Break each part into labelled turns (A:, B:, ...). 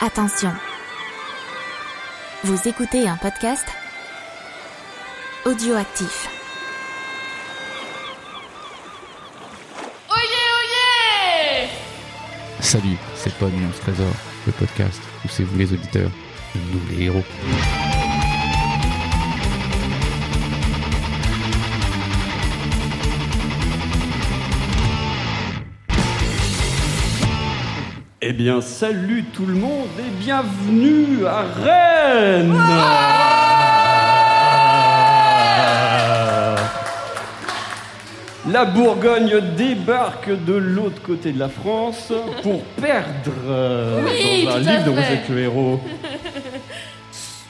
A: Attention. Vous écoutez un podcast audioactif.
B: Oyez, oyez
C: Salut, c'est Pod Monstre Trésor, le podcast où c'est vous les auditeurs, nous les héros.
D: Eh bien, salut tout le monde et bienvenue à Rennes La Bourgogne débarque de l'autre côté de la France pour perdre euh,
B: Oui,
D: dans un
B: tout à
D: livre dont vous
B: fait.
D: êtes le héros.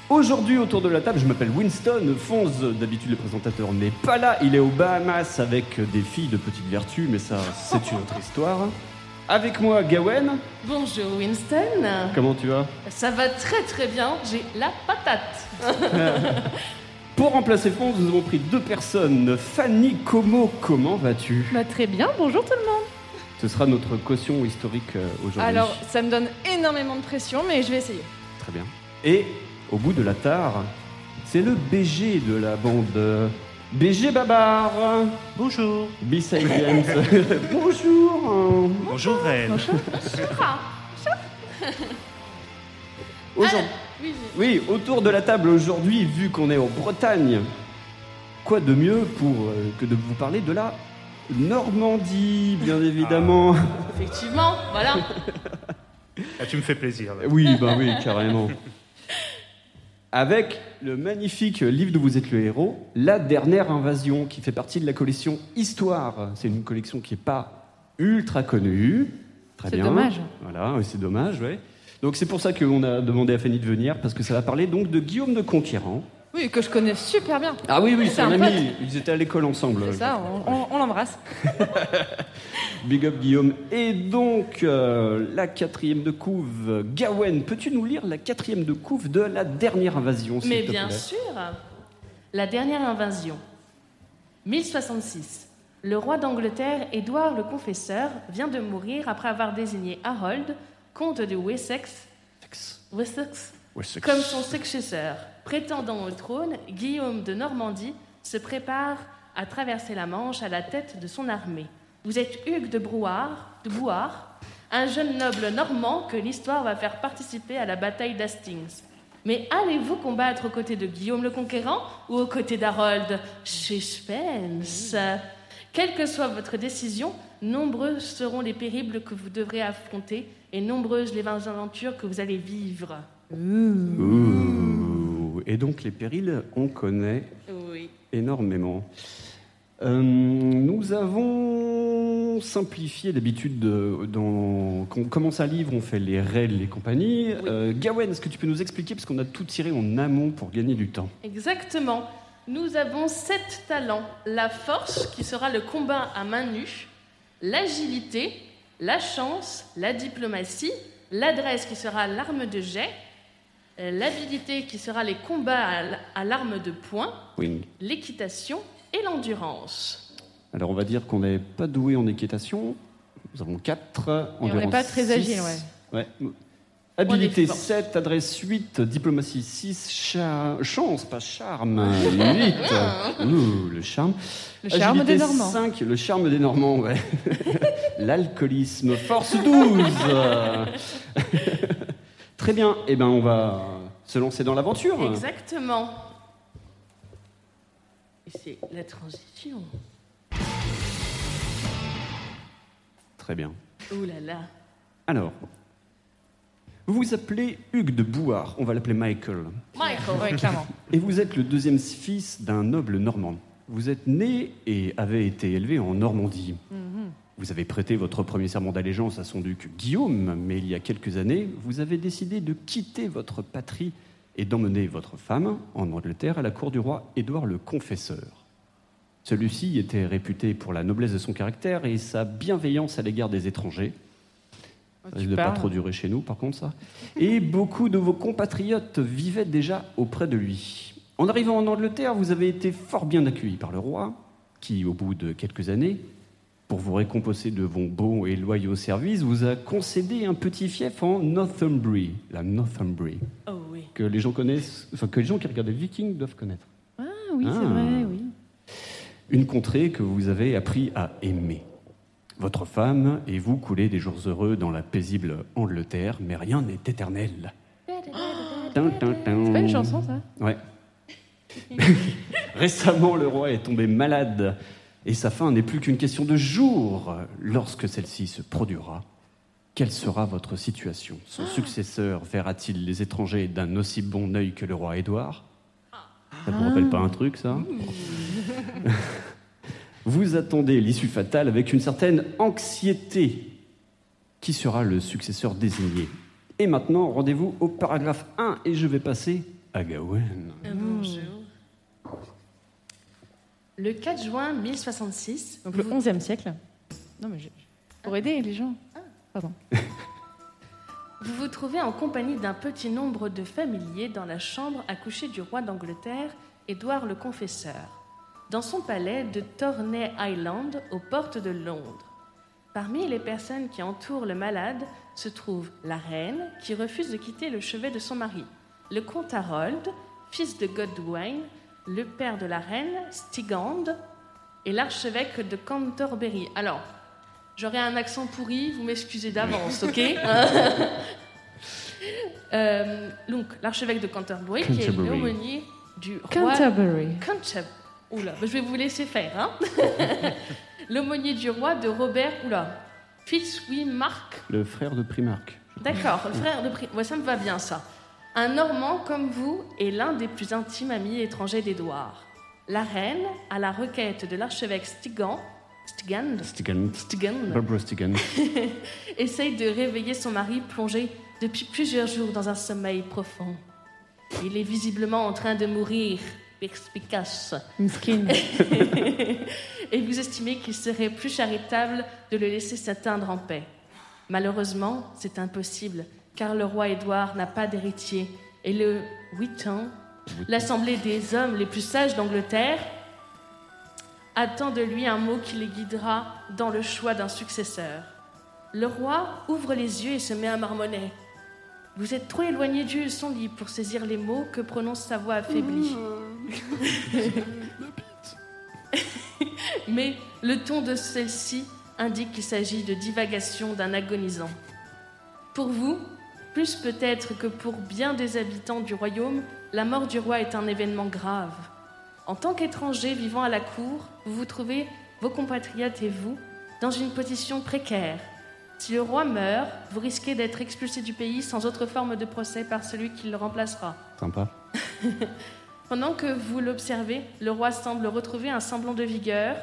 D: Aujourd'hui, autour de la table, je m'appelle Winston. Fonz, d'habitude le présentateur, n'est pas là. Il est aux Bahamas avec des filles de petite vertu, mais ça, c'est une autre histoire. Avec moi, Gawen.
B: Bonjour Winston.
D: Comment tu vas
B: Ça va très très bien, j'ai la patate.
D: Pour remplacer France, nous avons pris deux personnes. Fanny Como, comment vas-tu
E: Bah, très bien, bonjour tout le monde.
D: Ce sera notre caution historique euh, aujourd'hui.
E: Alors, ça me donne énormément de pression, mais je vais essayer.
D: Très bien. Et au bout de la tare, c'est le BG de la bande. euh, BG Babar
F: Bonjour.
D: B-Side Games. Bonjour
B: Ah,
F: Bonjour Rennes.
D: Aujourd'hui-
B: Oui,
D: Oui, autour de la table aujourd'hui, vu qu'on est en Bretagne, quoi de mieux pour, euh, que de vous parler de la Normandie, bien
B: Ah.
D: évidemment
B: effectivement, voilà.
F: Ah, tu me fais plaisir. là.
D: Oui, bah oui, carrément. Avec le magnifique livre de Vous êtes le héros, La dernière invasion, qui fait partie de la collection Histoire. C'est une collection qui n'est pas ultra connue. Très
E: C'est
D: bien.
E: dommage.
D: Voilà, ouais, c'est dommage, ouais. Donc c'est pour ça qu'on a demandé à Fanny de venir, parce que ça va parler donc de Guillaume de Conquérant.
E: Oui, que je connais super bien.
D: Ah bah oui, oui,
E: C'est
D: c'est
E: un
D: un
E: pote.
D: ami. Ils étaient à l'école ensemble.
E: C'est ça, on, on- on l'embrasse.
D: Big up Guillaume. Et donc, euh, la quatrième de couve. Gawen, peux-tu nous lire la quatrième de couve de la dernière invasion s'il
B: Mais
D: te
B: bien
D: plaît
B: sûr. La dernière invasion. 1066. Le roi d'Angleterre, Édouard le Confesseur, vient de mourir après avoir désigné Harold, comte de Wessex, Wessex Comme son successeur, prétendant au trône, Guillaume de Normandie se prépare à traverser la Manche à la tête de son armée. Vous êtes Hugues de Brouard, de Bouard, un jeune noble normand que l'histoire va faire participer à la bataille d'Hastings. Mais allez-vous combattre aux côtés de Guillaume le Conquérant ou aux côtés d'Harold Suspense Quelle que soit votre décision, nombreux seront les périls que vous devrez affronter et nombreuses les aventures que vous allez vivre.
D: Ouh. Et donc les périls, on connaît
B: Oui.
D: énormément. Euh, nous avons simplifié d'habitude de- dans- quand on commence un livre, on fait les règles et compagnie. Euh, Gawen, est-ce que tu peux nous expliquer parce qu'on a tout tiré en amont pour gagner du temps.
B: Exactement. Nous avons sept talents. La force, qui sera le combat à main nue, l'agilité, la chance, la diplomatie, l'adresse, qui sera l'arme de jet, euh, l'habilité, qui sera les combats à l- à l'arme de poing,
D: Wing.
B: l'équitation et l'endurance.
D: Alors on va dire qu'on n'est pas doué en équitation. Nous avons 4.
E: on n'est pas très agile,
D: Habilité
B: forts.
D: 7, adresse 8, diplomatie 6, chance, pas charme, 8. Ouh, le charme.
E: Le charme
D: Agilité
E: des Normands.
D: 5, le charme des Normands, ouais. L'alcoolisme, force 12. euh. Très bien, eh ben on va se lancer dans l'aventure.
B: Exactement. Et c'est la transition.
D: Très bien.
B: Ouh là là.
D: Alors, vous vous appelez Hugues de Bouard, on va l'appeler Michael.
B: Michael.
E: Ouais, clairement.
D: Et vous êtes le deuxième fils d'un noble normand. Vous êtes né et avez été élevé en Normandie. Vous avez prêté votre premier serment d'allégeance à son duc Guillaume, mais il y a quelques années, vous avez décidé de quitter votre patrie et d'emmener votre femme en Angleterre à la cour du roi Édouard le Confesseur. Celui-ci était réputé pour la noblesse de son caractère et sa bienveillance à l'égard des étrangers. Ça risque de pas
E: parles.
D: trop durer chez nous, par contre, ça. Et beaucoup de vos compatriotes vivaient déjà auprès de lui. En arrivant en Angleterre, vous avez été fort bien accueillis par le roi, qui, au bout de quelques années, pour vous récompenser de vos bons et loyaux services, vous a concédé un petit fief en Northumbrie, la Northumbrie,
B: Oh oui.
D: que les gens connaissent, enfin que les gens qui regardent les Vikings doivent connaître.
E: Ah oui,
D: Ah.
E: c'est vrai, oui.
D: Une contrée que vous avez appris à aimer. Votre femme et vous coulez des jours heureux dans la paisible Angleterre, mais rien n'est éternel.
E: C'est pas une chanson, ça
D: Ouais. Récemment, le roi est tombé malade et sa fin n'est plus qu'une question de jours. Lorsque celle-ci se produira, quelle sera votre situation Son successeur verra-t-il les étrangers d'un aussi bon œil que le roi Édouard Ça ne vous rappelle pas un truc, ça Vous attendez l'issue fatale avec une certaine anxiété. Qui sera le successeur désigné Et maintenant, rendez-vous au paragraphe 1 et je vais passer à Gawain.
B: Bonjour. Mmh. Le 4 juin 1066,
E: Donc le 11e siècle. Non, mais j'ai- pour aider les gens. Pardon.
B: Vous vous trouvez en compagnie d'un petit nombre de familiers dans la chambre à coucher du roi d'Angleterre, Édouard le Confesseur, dans son palais de Torney Island, aux portes de Londres. Parmi les personnes qui entourent le malade se trouve la reine, qui refuse de quitter le chevet de son mari, le comte Harold, fils de Godwin, le père de la reine, Stigand, et l'archevêque de Canterbury. Alors, j'aurai un accent pourri, vous m'excusez d'avance, ok Euh, donc, l'archevêque de Canterbury, qui est
D: Canterbury.
B: l'aumônier du roi
E: Canterbury.
B: Cantab- Oula, bah, je vais vous laisser faire. Hein L'aumônier du roi de Robert. Oula. Fitzwimmark.
D: Le frère de Primark.
B: D'accord, le frère de Pri- ouais, ça me va bien, ça. Un Normand comme vous est l'un des plus intimes amis étrangers d'Édouard. La reine, à la requête de l'archevêque Stigan, Stigand,
D: Stigan.
B: Stigand,
D: Barbara Stigan.
B: essaye de réveiller son mari plongé depuis plusieurs jours dans un sommeil profond. Il est visiblement en train de mourir, perspicace.
E: Miskin.
B: et vous estimez qu'il serait plus charitable de le laisser s'atteindre en paix. Malheureusement, c'est impossible, car le roi Édouard n'a pas d'héritier, et le 8 ans, l'Assemblée des hommes les plus sages d'Angleterre, attend de lui un mot qui les guidera dans le choix d'un successeur. Le roi ouvre les yeux et se met à marmonner. Vous êtes trop éloigné du son lit pour saisir les mots que prononce sa voix affaiblie. mais le ton de celle-ci indique qu'il s'agit de divagation d'un agonisant. Pour vous, plus peut-être que pour bien des habitants du royaume, la mort du roi est un événement grave. En tant qu'étranger vivant à la cour, vous vous trouvez, vos compatriotes et vous, dans une position précaire. Si le roi meurt, vous risquez d'être expulsé du pays sans autre forme de procès par celui qui le remplacera.
D: Sympa.
B: Pendant que vous l'observez, le roi semble retrouver un semblant de vigueur,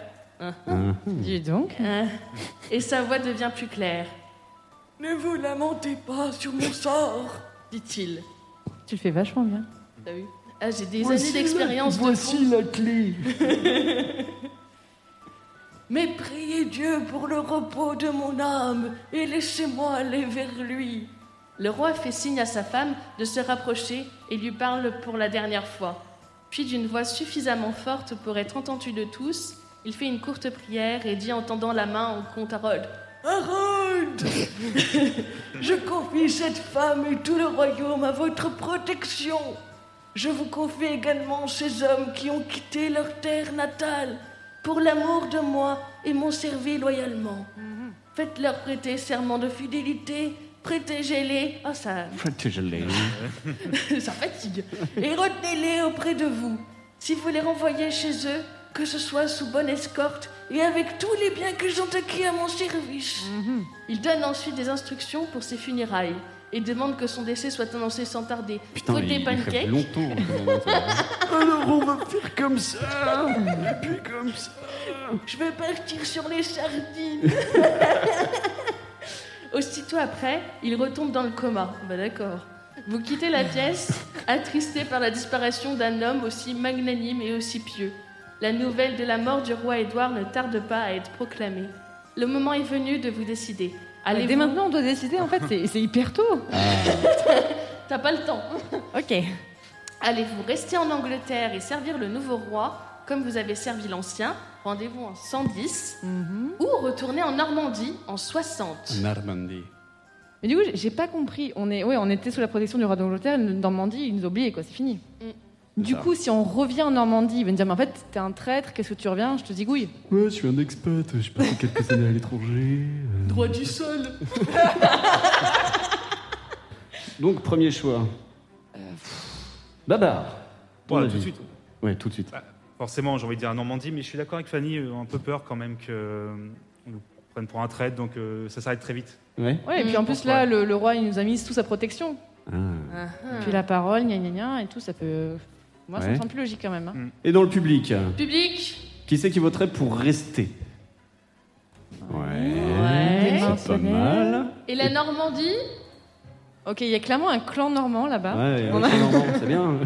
D: Hein.
E: Dis donc.
B: Hein. Et sa voix devient plus claire. Ne vous lamentez pas sur mon sort, dit-il.
E: Tu le fais vachement bien.
B: T'as vu Ah, j'ai des années d'expérience de fond.
D: la clé.
B: Mais priez Dieu pour le repos de mon âme et laissez-moi aller vers lui. Le roi fait signe à sa femme de se rapprocher et lui parle pour la dernière fois. Puis, d'une voix suffisamment forte pour être entendue de tous, il fait une courte prière et dit en tendant la main au comte Harold Harold Je confie cette femme et tout le royaume à votre protection. Je vous confie également ces hommes qui ont quitté leur terre natale pour l'amour de moi et m'ont servi loyalement. Faites-leur prêter serment de fidélité, protégez-les. Ah, ça, ça fatigue. Et retenez-les auprès de vous. Si vous les renvoyez chez eux, que ce soit sous bonne escorte et avec tous les biens qu'ils ont acquis à mon service. Il donne ensuite des instructions pour ses funérailles et demande que son décès soit annoncé sans tarder.
D: Putain,
B: Faut des
D: il, il fait
B: pancakes.
D: longtemps. Alors on va faire comme ça, et puis comme ça.
B: Je veux partir sur les sardines. Aussitôt après, il retombe dans le coma. Bah d'accord. Vous quittez la pièce, attristé par la disparition d'un homme aussi magnanime et aussi pieux. La nouvelle de la mort du roi Édouard ne tarde pas à être proclamée. Le moment est venu de vous décider.
E: Allez,
B: Allez,
E: dès maintenant, on doit décider. En fait, c'est- c'est hyper tôt.
B: T'as pas le temps.
E: Ok.
B: Allez-vous rester en Angleterre et servir le nouveau roi comme vous avez servi l'ancien, rendez-vous en 110, ou retournez en Normandie en 60.
D: Normandie.
E: Mais du coup, j'ai- j'ai pas compris. On, est, ouais, on était sous la protection du roi d'Angleterre, le Normandie, il nous oubliait, quoi, c'est fini.
B: Mm.
E: Du
D: C'est ça.
E: coup, si on revient en Normandie, il va nous dire, mais en fait, t'es un traître, qu'est-ce que tu reviens Je te zigouille.
A: Ouais, je suis un expat, je suis passé quelques années à l'étranger. euh.
B: Droit du sol
D: Donc, premier choix. Euh, Babar. ton
F: Voilà,
D: avis.
F: tout de suite.
D: Ouais, tout de suite.
F: Forcément, j'ai envie de dire à Normandie, mais je suis d'accord avec Fanny, euh, un peu peur quand même que euh, on nous prenne pour un traître, donc euh, ça s'arrête très vite.
D: Ouais.
E: Ouais, et
B: Mm.
E: puis en plus, là, le, le roi, il nous a mis sous sa protection.
D: Ah.
E: Puis la parole, gna gna gna, et tout, ça peut. Moi, ça me
D: Mm. Ouais.
E: semble plus logique quand même. hein.
D: Et dans le public,
B: Public
D: qui c'est qui voterait pour rester
B: Ouais.
D: c'est pas mal.
B: Et la Normandie
E: Ok, il y a clairement un clan normand là-bas.
D: Ouais,
E: On
D: ouais, c'est normal, c'est bien. Euh,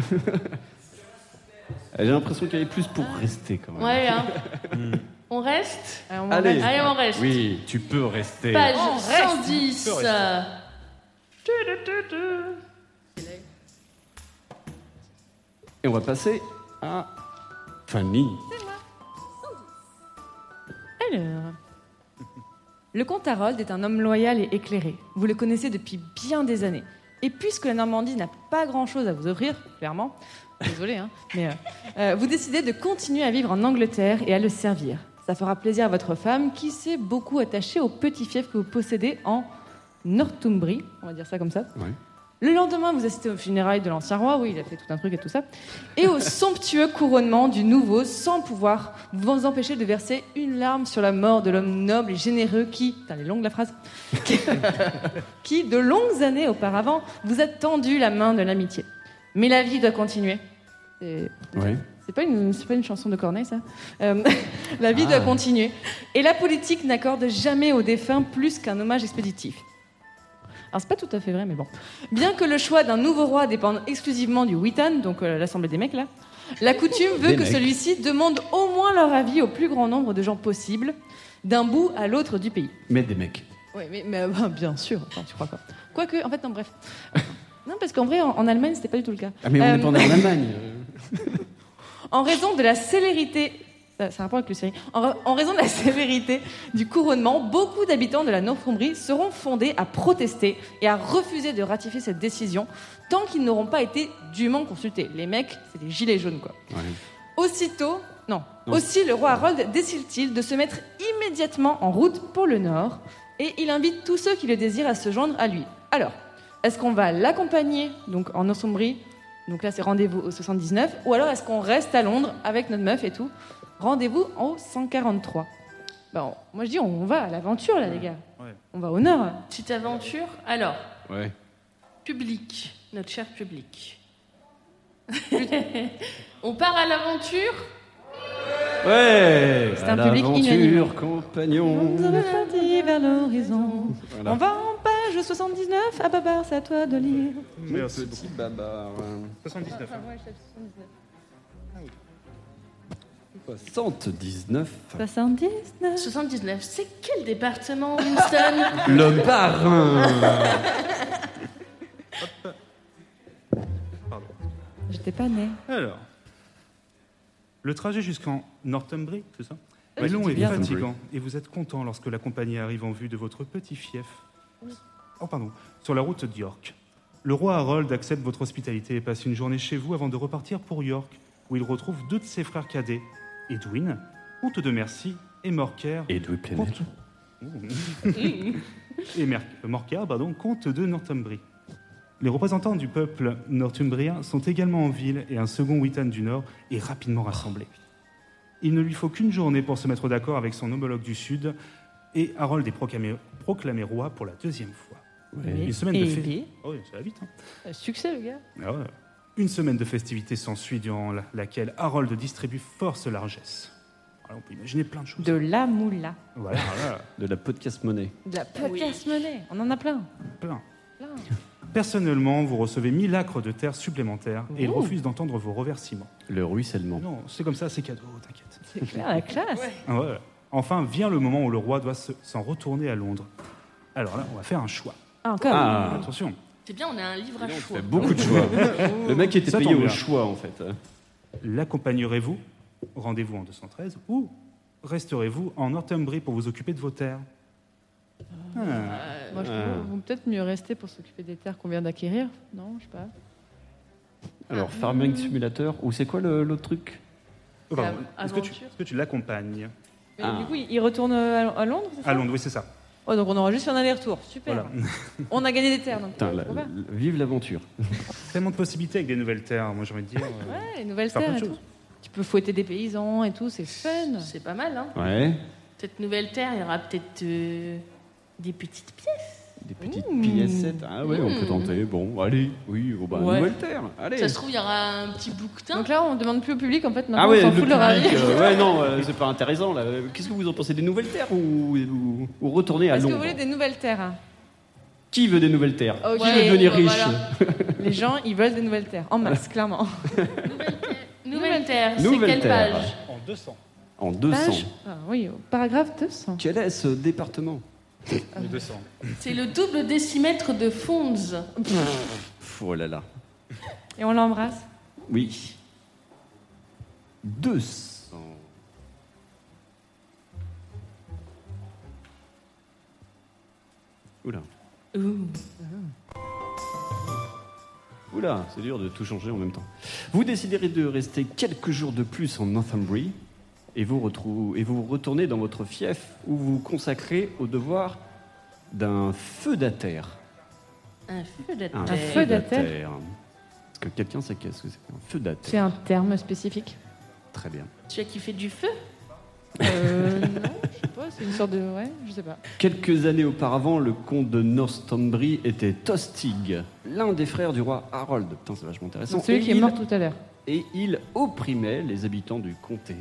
D: J'ai l'impression qu'il y avait plus pour rester quand même.
B: Ouais, hein. On reste
E: Ah, on
D: Allez.
E: va-
B: Allez, on reste.
D: Oui, tu peux rester.
B: Page
E: On reste.
B: 110.
F: On peut rester.
D: Et on va passer à Fanny.
E: Alors. Le comte Harold est un homme loyal et éclairé. Vous le connaissez depuis bien des années. Et puisque la Normandie n'a pas grand-chose à vous offrir, clairement, désolé, hein, mais euh, euh, vous décidez de continuer à vivre en Angleterre et à le servir. Ça fera plaisir à votre femme qui s'est beaucoup attachée au petit fief que vous possédez en Northumbrie, on va dire ça comme ça.
D: Ouais.
E: Le lendemain, vous assistez aux funérailles de l'ancien roi, oui, il a fait tout un truc et tout ça, et au somptueux couronnement du nouveau sans pouvoir vous empêcher de verser une larme sur la mort de l'homme noble et généreux qui, putain, elle est longue la phrase, qui, qui, de longues années auparavant vous a tendu la main de l'amitié. Mais la vie doit continuer. Euh, C'est-
D: Ouais.
E: c'est pas, une- c'est pas une chanson de Corneille, ça Euh, La vie
D: Ah.
E: doit continuer. Et la politique n'accorde jamais aux défunts plus qu'un hommage expéditif. Alors, c'est pas tout à fait vrai, mais bon. Bien que le choix d'un nouveau roi dépende exclusivement du Witan, donc euh, l'Assemblée des mecs, là, la coutume veut
D: Des
E: que
D: mecs.
E: celui-ci demande au moins leur avis au plus grand nombre de gens possible, d'un bout à l'autre du pays.
D: Mais des mecs.
E: Oui, mais, mais, euh, bah, bien sûr, Attends, tu crois quoi Quoique, en fait, non, bref. Non, parce qu'en vrai, en, en Allemagne, c'était pas du tout le cas.
D: Ah, mais on
E: Euh,
D: n'est pas en Allemagne. euh.
E: en raison de la célérité. euh, Ça, ça a rapport avec le série. En, ra- en raison de la sévérité du couronnement, beaucoup d'habitants de la Northumbrie seront fondés à protester et à refuser de ratifier cette décision tant qu'ils n'auront pas été dûment consultés. Les mecs, c'est les gilets jaunes, quoi.
D: Ouais.
E: Aussitôt, non.
D: Non.
E: Aussi, le roi Harold décide-t-il de se mettre immédiatement en route pour le nord et il invite tous ceux qui le désirent à se joindre à lui. Alors, est-ce qu'on va l'accompagner, donc en Northumbrie, donc là c'est rendez-vous au 79, ou alors est-ce qu'on reste à Londres avec notre meuf et tout Rendez-vous en 143. Ben, on- moi je dis, on va à l'aventure là, les gars.
F: Ouais.
E: On va au nord.
B: Petite aventure. Alors,
D: Ouais.
B: public, notre cher public. On part à l'aventure
D: Ouais.
E: C'est
D: à
E: un public
D: l'aventure,
E: inanimé.
D: compagnon.
E: On va partir vers l'horizon.
D: Voilà.
E: On va en page 79, à Babar, c'est à toi de lire.
F: Merci beaucoup.
D: babar.
F: 79. hein.
D: 79.
E: 79.
B: 79, c'est quel département, Winston
D: Le barin.
F: Pardon.
E: J'étais pas née.
F: Alors, le trajet jusqu'en Northumbrie, c'est ça
D: Ouais,
F: Est long
D: c'est
F: et
D: bien.
F: fatigant, et vous êtes content lorsque la compagnie arrive en vue de votre petit fief. Oh, pardon, sur la route d'York. Le roi Harold accepte votre hospitalité et passe une journée chez vous avant de repartir pour York, où il retrouve deux de ses frères cadets, Edwin, comte de Mercy, et Morcaire,
D: Edoui Plenel.
F: Comte- et Mer- Morcar, pardon, comte de Northumbrie. Les représentants du peuple northumbrien sont également en ville et un second Witan du Nord est rapidement rassemblé. Il ne lui faut qu'une journée pour se mettre d'accord avec son homologue du Sud et Harold est proclamé, proclamé roi pour la deuxième fois. Une semaine de fête. Oh, oui, ça va vite. hein.
E: Eh Succès, le gars.
F: Ah ouais. Une semaine de festivités s'ensuit durant la- laquelle Harold distribue force largesse. Alors, on peut imaginer plein de choses.
E: De la moula.
F: Voilà, voilà,
D: De la podcast monnaie.
E: De la podcast monnaie. On en a plein.
F: plein.
E: Plein.
F: Personnellement, vous recevez 1000 acres de terre supplémentaires et il
E: Ouh.
F: refuse d'entendre vos reversements.
D: Le ruissellement.
F: Non, c'est comme ça, c'est cadeau, t'inquiète.
E: C'est clair, la classe.
F: Ah ouais. Enfin, vient le moment où le roi doit se- s'en retourner à Londres. Alors là, on va faire un choix.
E: Ah, encore.
D: Ah.
F: Attention.
B: C'est bien, on a un livre à
D: Il
B: choix.
D: fait hein. beaucoup de choix. Le mec était
F: Ça
D: payé
F: tombe
D: au
F: bien.
D: choix en fait.
F: L'accompagnerez-vous rendez-vous en 213, ou resterez-vous en Northumbrie pour vous occuper de vos terres Ah.
E: Moi, je
D: Euh.
E: trouve qu'on peut peut-être mieux rester pour s'occuper des terres qu'on vient d'acquérir. Non, je sais pas.
D: Alors, Farming Simulator, ou c'est quoi le- l'autre truc
F: Oh, pardon.
B: Euh,
F: Est-ce que tu,
B: aventure.
F: est-ce que tu l'accompagnes
E: Mais
D: Ah.
E: du coup, il il retourne euh, à à Londres, c'est ça
F: à Londres Oui, c'est ça.
E: Oh, donc on aura juste fait un aller-retour. Super.
F: Voilà.
E: on a gagné des terres. Donc
D: Putain, la-
E: on va.
D: la- vive l'aventure.
F: Tellement de possibilités avec des nouvelles terres, moi j'ai envie de dire. euh,
E: Ouais, les nouvelles
F: Faire plein
E: terres
F: de
E: et tout.
F: choses.
E: Tu peux fouetter des paysans et tout, c'est fun.
B: C'est pas mal, hein
D: Ouais,
B: Cette nouvelle terre, il y aura peut-être euh, des petites pièces.
D: des petites
E: Mmh.
D: pièces. Ah ouais, on peut
B: Mmh.
D: tenter. Bon, allez, oui, oh bah,
E: Ouais.
D: nouvelle terre. Allez.
B: Ça se trouve, il y aura un petit bouquetin.
E: Donc là, on demande plus au public, en fait, maintenant
D: ah ouais,
E: on s'en
D: le
E: fout de leur avis.
D: public, euh, ouais, non, euh, c'est pas intéressant. là. Qu'est-ce que vous en pensez des nouvelles terres ou, ou, ou retourner à
E: Est-ce que vous
D: Londres
E: voulez des nouvelles terres hein
D: Qui veut des nouvelles terres
E: Ok.
D: Qui veut devenir
E: Ouais,
D: riche
E: voilà. Les gens, ils veulent des nouvelles terres, en masse, clairement.
B: Nouvelle terre, c'est
D: Nouvelle
B: quelle
D: terre.
B: page
F: En 200.
D: En 200.
E: Page Ah Oui, au paragraphe 200.
D: Quel est ce département
F: En 200.
B: C'est le double décimètre de Fonds.
D: Pff, Oh là là.
E: Et on l'embrasse.
D: Oui. 200. Oula. Oula, c'est dur de tout changer en même temps. Vous déciderez de rester quelques jours de plus en Northumbrie et vous, retrou- et vous retournez dans votre fief où vous vous consacrez au devoir d'un feu d'atterre.
B: Un feu de
D: Un,
E: feu
B: terre.
E: d'atterre
D: Est-ce que quelqu'un sait qu'est-ce que c'est qu'un feu
E: C'est
D: d'atterre
E: un terme spécifique
D: Très bien.
B: Tu as kiffé du feu
E: Euh, non, je sais pas, c'est une sorte de. Ouais, je sais pas.
D: Quelques années auparavant, le comte de Northumbrie était Tostig, l'un des frères du roi Harold. Putain, c'est vachement intéressant.
E: Donc, celui
D: Et
E: qui est
D: il-
E: mort tout à l'heure.
D: Et il opprimait les habitants du comté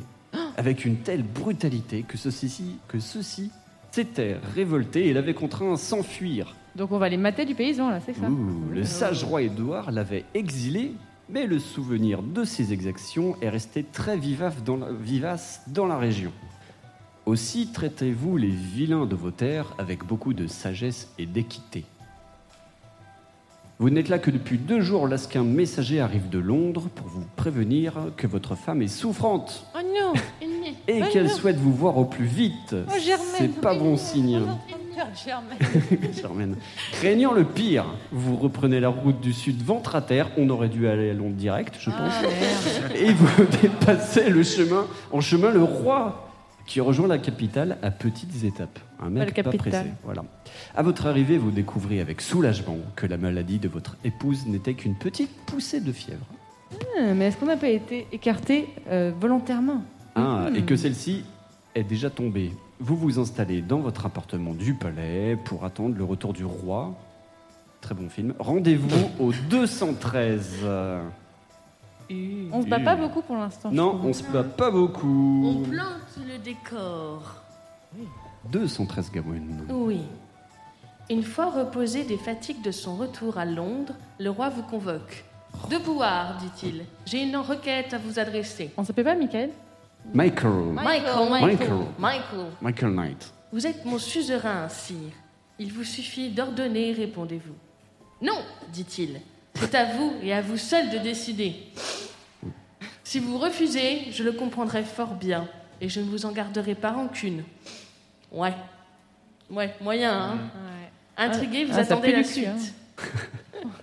D: avec une telle brutalité que ceux-ci que ceux-ci s'étaient révoltés et l'avaient contraint à s'enfuir.
E: Donc on va les mater du paysan, là, c'est ça
D: Ouh, le sage roi Édouard l'avait exilé, mais le souvenir de ses exactions est resté très vivaf dans la- vivace dans la région. Aussi traitez-vous les vilains de vos terres avec beaucoup de sagesse et d'équité. Vous n'êtes là que depuis deux jours lorsqu'un messager arrive de Londres pour vous prévenir que votre femme est souffrante
E: Oh non
B: Ennemi.
D: et
E: Ah
D: qu'elle
E: non.
D: souhaite vous voir au plus vite.
E: Oh Germaine
D: C'est pas bon signe. Germaine. Craignant le pire, vous reprenez la route du sud ventre à terre. On aurait dû aller à Londres direct,
E: Ah,
D: je pense. Et vous dépassez le chemin, en chemin le roi, qui rejoint la capitale à petites étapes. Un mec
E: Pas le
D: pas
E: capital.
D: pressé. Voilà. À votre arrivée, vous découvrez avec soulagement que la maladie de votre épouse n'était qu'une petite poussée de fièvre.
E: Ah, Mais est-ce qu'on n'a pas été écarté euh, volontairement
D: Ah, et que celle-ci est déjà tombée. Vous vous installez dans votre appartement du palais pour attendre le retour du roi. Très bon film. Rendez-vous au 213. Euh,
E: On se bat pas
D: Euh.
E: beaucoup pour l'instant. je
D: Non,
E: trouve.
D: on se bat pas beaucoup.
B: On plante le décor.
D: 213 Gawain.
B: Oui. Une fois reposé des fatigues de son retour à Londres, le roi vous convoque. De Bouard, dit-il, j'ai une requête à vous adresser.
E: On s'appelle pas Michael
D: Michael.
B: Michael, Michael,
D: Michael.
B: Michael,
D: Michael Knight.
B: vous êtes mon suzerain, sire. Il vous suffit d'ordonner, répondez-vous. Non, dit-il, c'est à vous et à vous seul de décider. Si vous refusez, je le comprendrai fort bien et je ne vous en garderai pas rancune. Ouais, ouais, moyen, hein.
E: Ouais.
B: Intrigué, vous
E: Ah, ça
B: attendez
E: pue
B: la
E: dessus,
B: suite.
E: hein.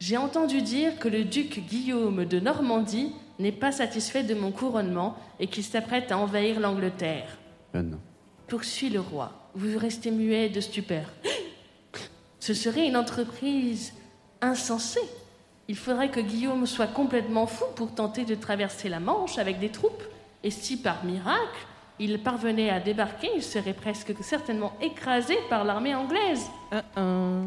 B: J'ai entendu dire que le duc Guillaume de Normandie n'est pas satisfait de mon couronnement et qu'il s'apprête à envahir l'Angleterre.
D: Ben,
B: Poursuit le roi. Vous restez muet de stupeur. Ce serait une entreprise insensée. Il faudrait que Guillaume soit complètement fou pour tenter de traverser la Manche avec des troupes. Et si par miracle, il parvenait à débarquer, il serait presque certainement écrasé par l'armée anglaise.
E: Un, un.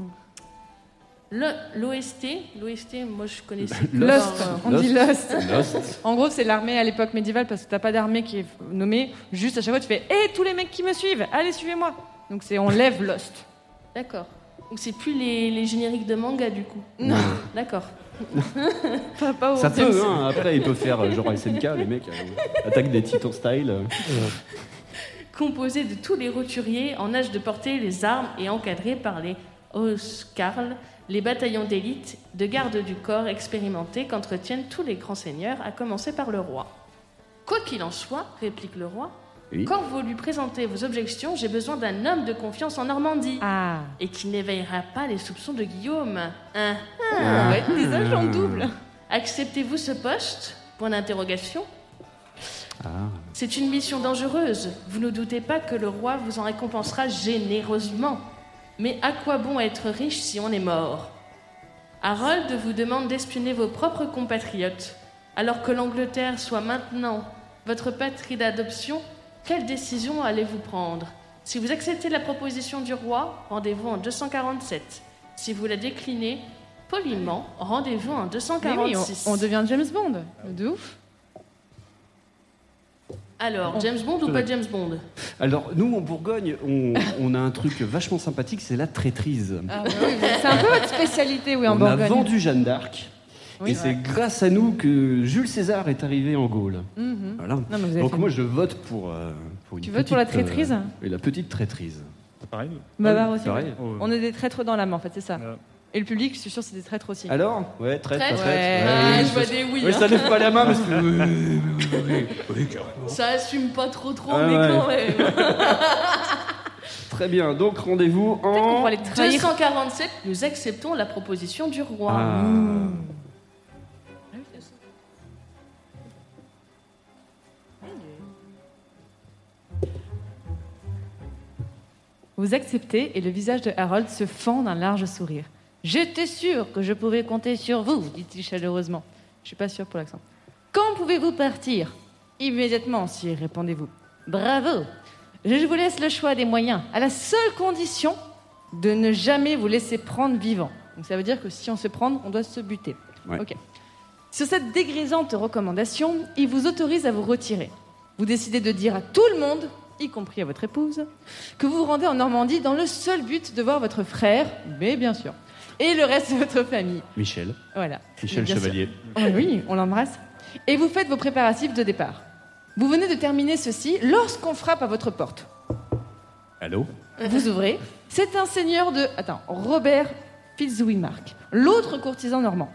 B: Le- L'OST, l'OST, moi je connaissais.
E: Lost,
B: pas, euh,
E: on
D: Lost.
E: dit Lost.
D: Lost.
E: En gros, c'est l'armée à l'époque médiévale parce que t'as pas d'armée qui est nommée. Juste à chaque fois, tu fais Hé, tous les mecs qui me suivent, allez, suivez-moi. Donc, c'est on lève Lost.
B: euh, D'accord. Donc c'est plus les, les génériques de manga du coup.
E: Non.
B: D'accord.
E: Pas, pas au
D: Ça
E: onzième
D: peut,
E: siècle.
D: hein. Après, il peut faire euh, genre SNK, les mecs. euh, attaque des titans style. euh.
B: Composé de tous les roturiers en âge de porter les armes et encadré par les Oscarl, les bataillons d'élite de garde du corps expérimentés qu'entretiennent tous les grands seigneurs, à commencer par le roi. Quoi qu'il en soit, réplique le roi,
D: Oui.
B: quand vous lui présentez vos objections, j'ai besoin d'un homme de confiance en Normandie.
E: Ah,
B: Et qui n'éveillera pas les soupçons de Guillaume. Hein
E: on va être des agents doubles.
B: Acceptez-vous ce poste Point d'interrogation.
D: Ah.
B: C'est une mission dangereuse. Vous ne doutez pas que le roi vous en récompensera généreusement. Mais à quoi bon être riche si on est mort Harold vous demande d'espionner vos propres compatriotes. Alors que l'Angleterre soit maintenant votre patrie d'adoption, quelle décision allez-vous prendre Si vous acceptez la proposition du roi, rendez-vous en 247. Si vous la déclinez, poliment, rendez-vous en
E: Mais
B: 246.
E: oui, on, on devient James Bond. De ouf.
B: Alors,
E: on-
B: James Bond ou
D: Je
B: pas
D: l'ai-
B: James Bond
D: Alors, nous, en Bourgogne, on, on a un truc vachement sympathique, c'est la traîtrise.
E: Ah, bah C'est un peu votre spécialité, oui, en
D: on a
E: Bourgogne.
D: vendu Jeanne d'Arc.
E: Oui,
D: et
E: ouais.
D: c'est grâce à nous que Jules César est arrivé en Gaule.
E: Mhm.
D: Voilà.
E: Non, mais vous avez
D: Donc
E: fait-
D: moi je vote pour, euh, pour une
E: Tu votes pour la
D: petite, euh,
E: traîtrise
D: et la petite traîtrise.
F: Pareil.
E: Bavard aussi.
D: pareil.
E: ouais. On est des traîtres dans l'âme, en fait, c'est ça.
F: Ouais.
E: Et le public, je suis sûr, c'est des traîtres aussi.
D: Alors Ouais, traître,
B: Traître.
D: pas traître.
E: Ouais, Ah,
D: Ouais,
B: je vois des oui.
D: Ouais,
B: hein.
D: ça lève pas la main. parce que-
B: Ça assume pas trop trop,
D: Ah
B: mais
D: ouais.
B: quand même.
D: Très bien, donc rendez-vous
E: Peut-être qu'on
D: en...
E: pourra les trahir.
B: 247, nous acceptons la proposition du roi.
D: Ah.
E: Hmm. Vous acceptez et le visage de Harold se fend d'un large sourire. J'étais sûr que je pouvais compter sur vous, dit-il chaleureusement. Je suis pas sûr pour l'accent. Quand pouvez-vous partir Immédiatement, si répondez-vous. Bravo Je vous laisse le choix des moyens, à la seule condition de ne jamais vous laisser prendre vivant. Donc ça veut dire que si on se prend, on doit se buter.
D: Ouais.
E: Ok. Sur cette dégrisante recommandation, il vous autorise à vous retirer. Vous décidez de dire à tout le monde, y compris à votre épouse, que vous vous rendez en Normandie dans le seul but de voir votre frère, mais bien sûr, et le reste de votre famille.
D: Michel,
E: Voilà.
D: Michel
E: Mais bien sûr.
D: Chevalier.
E: Oh oui, on l'embrasse. Et vous faites vos préparatifs de départ. Vous venez de terminer ceci lorsqu'on frappe à votre porte.
D: Allô
E: Vous ouvrez. C'est un seigneur de. Attends, Robert Fitzwimmark, l'autre courtisan normand.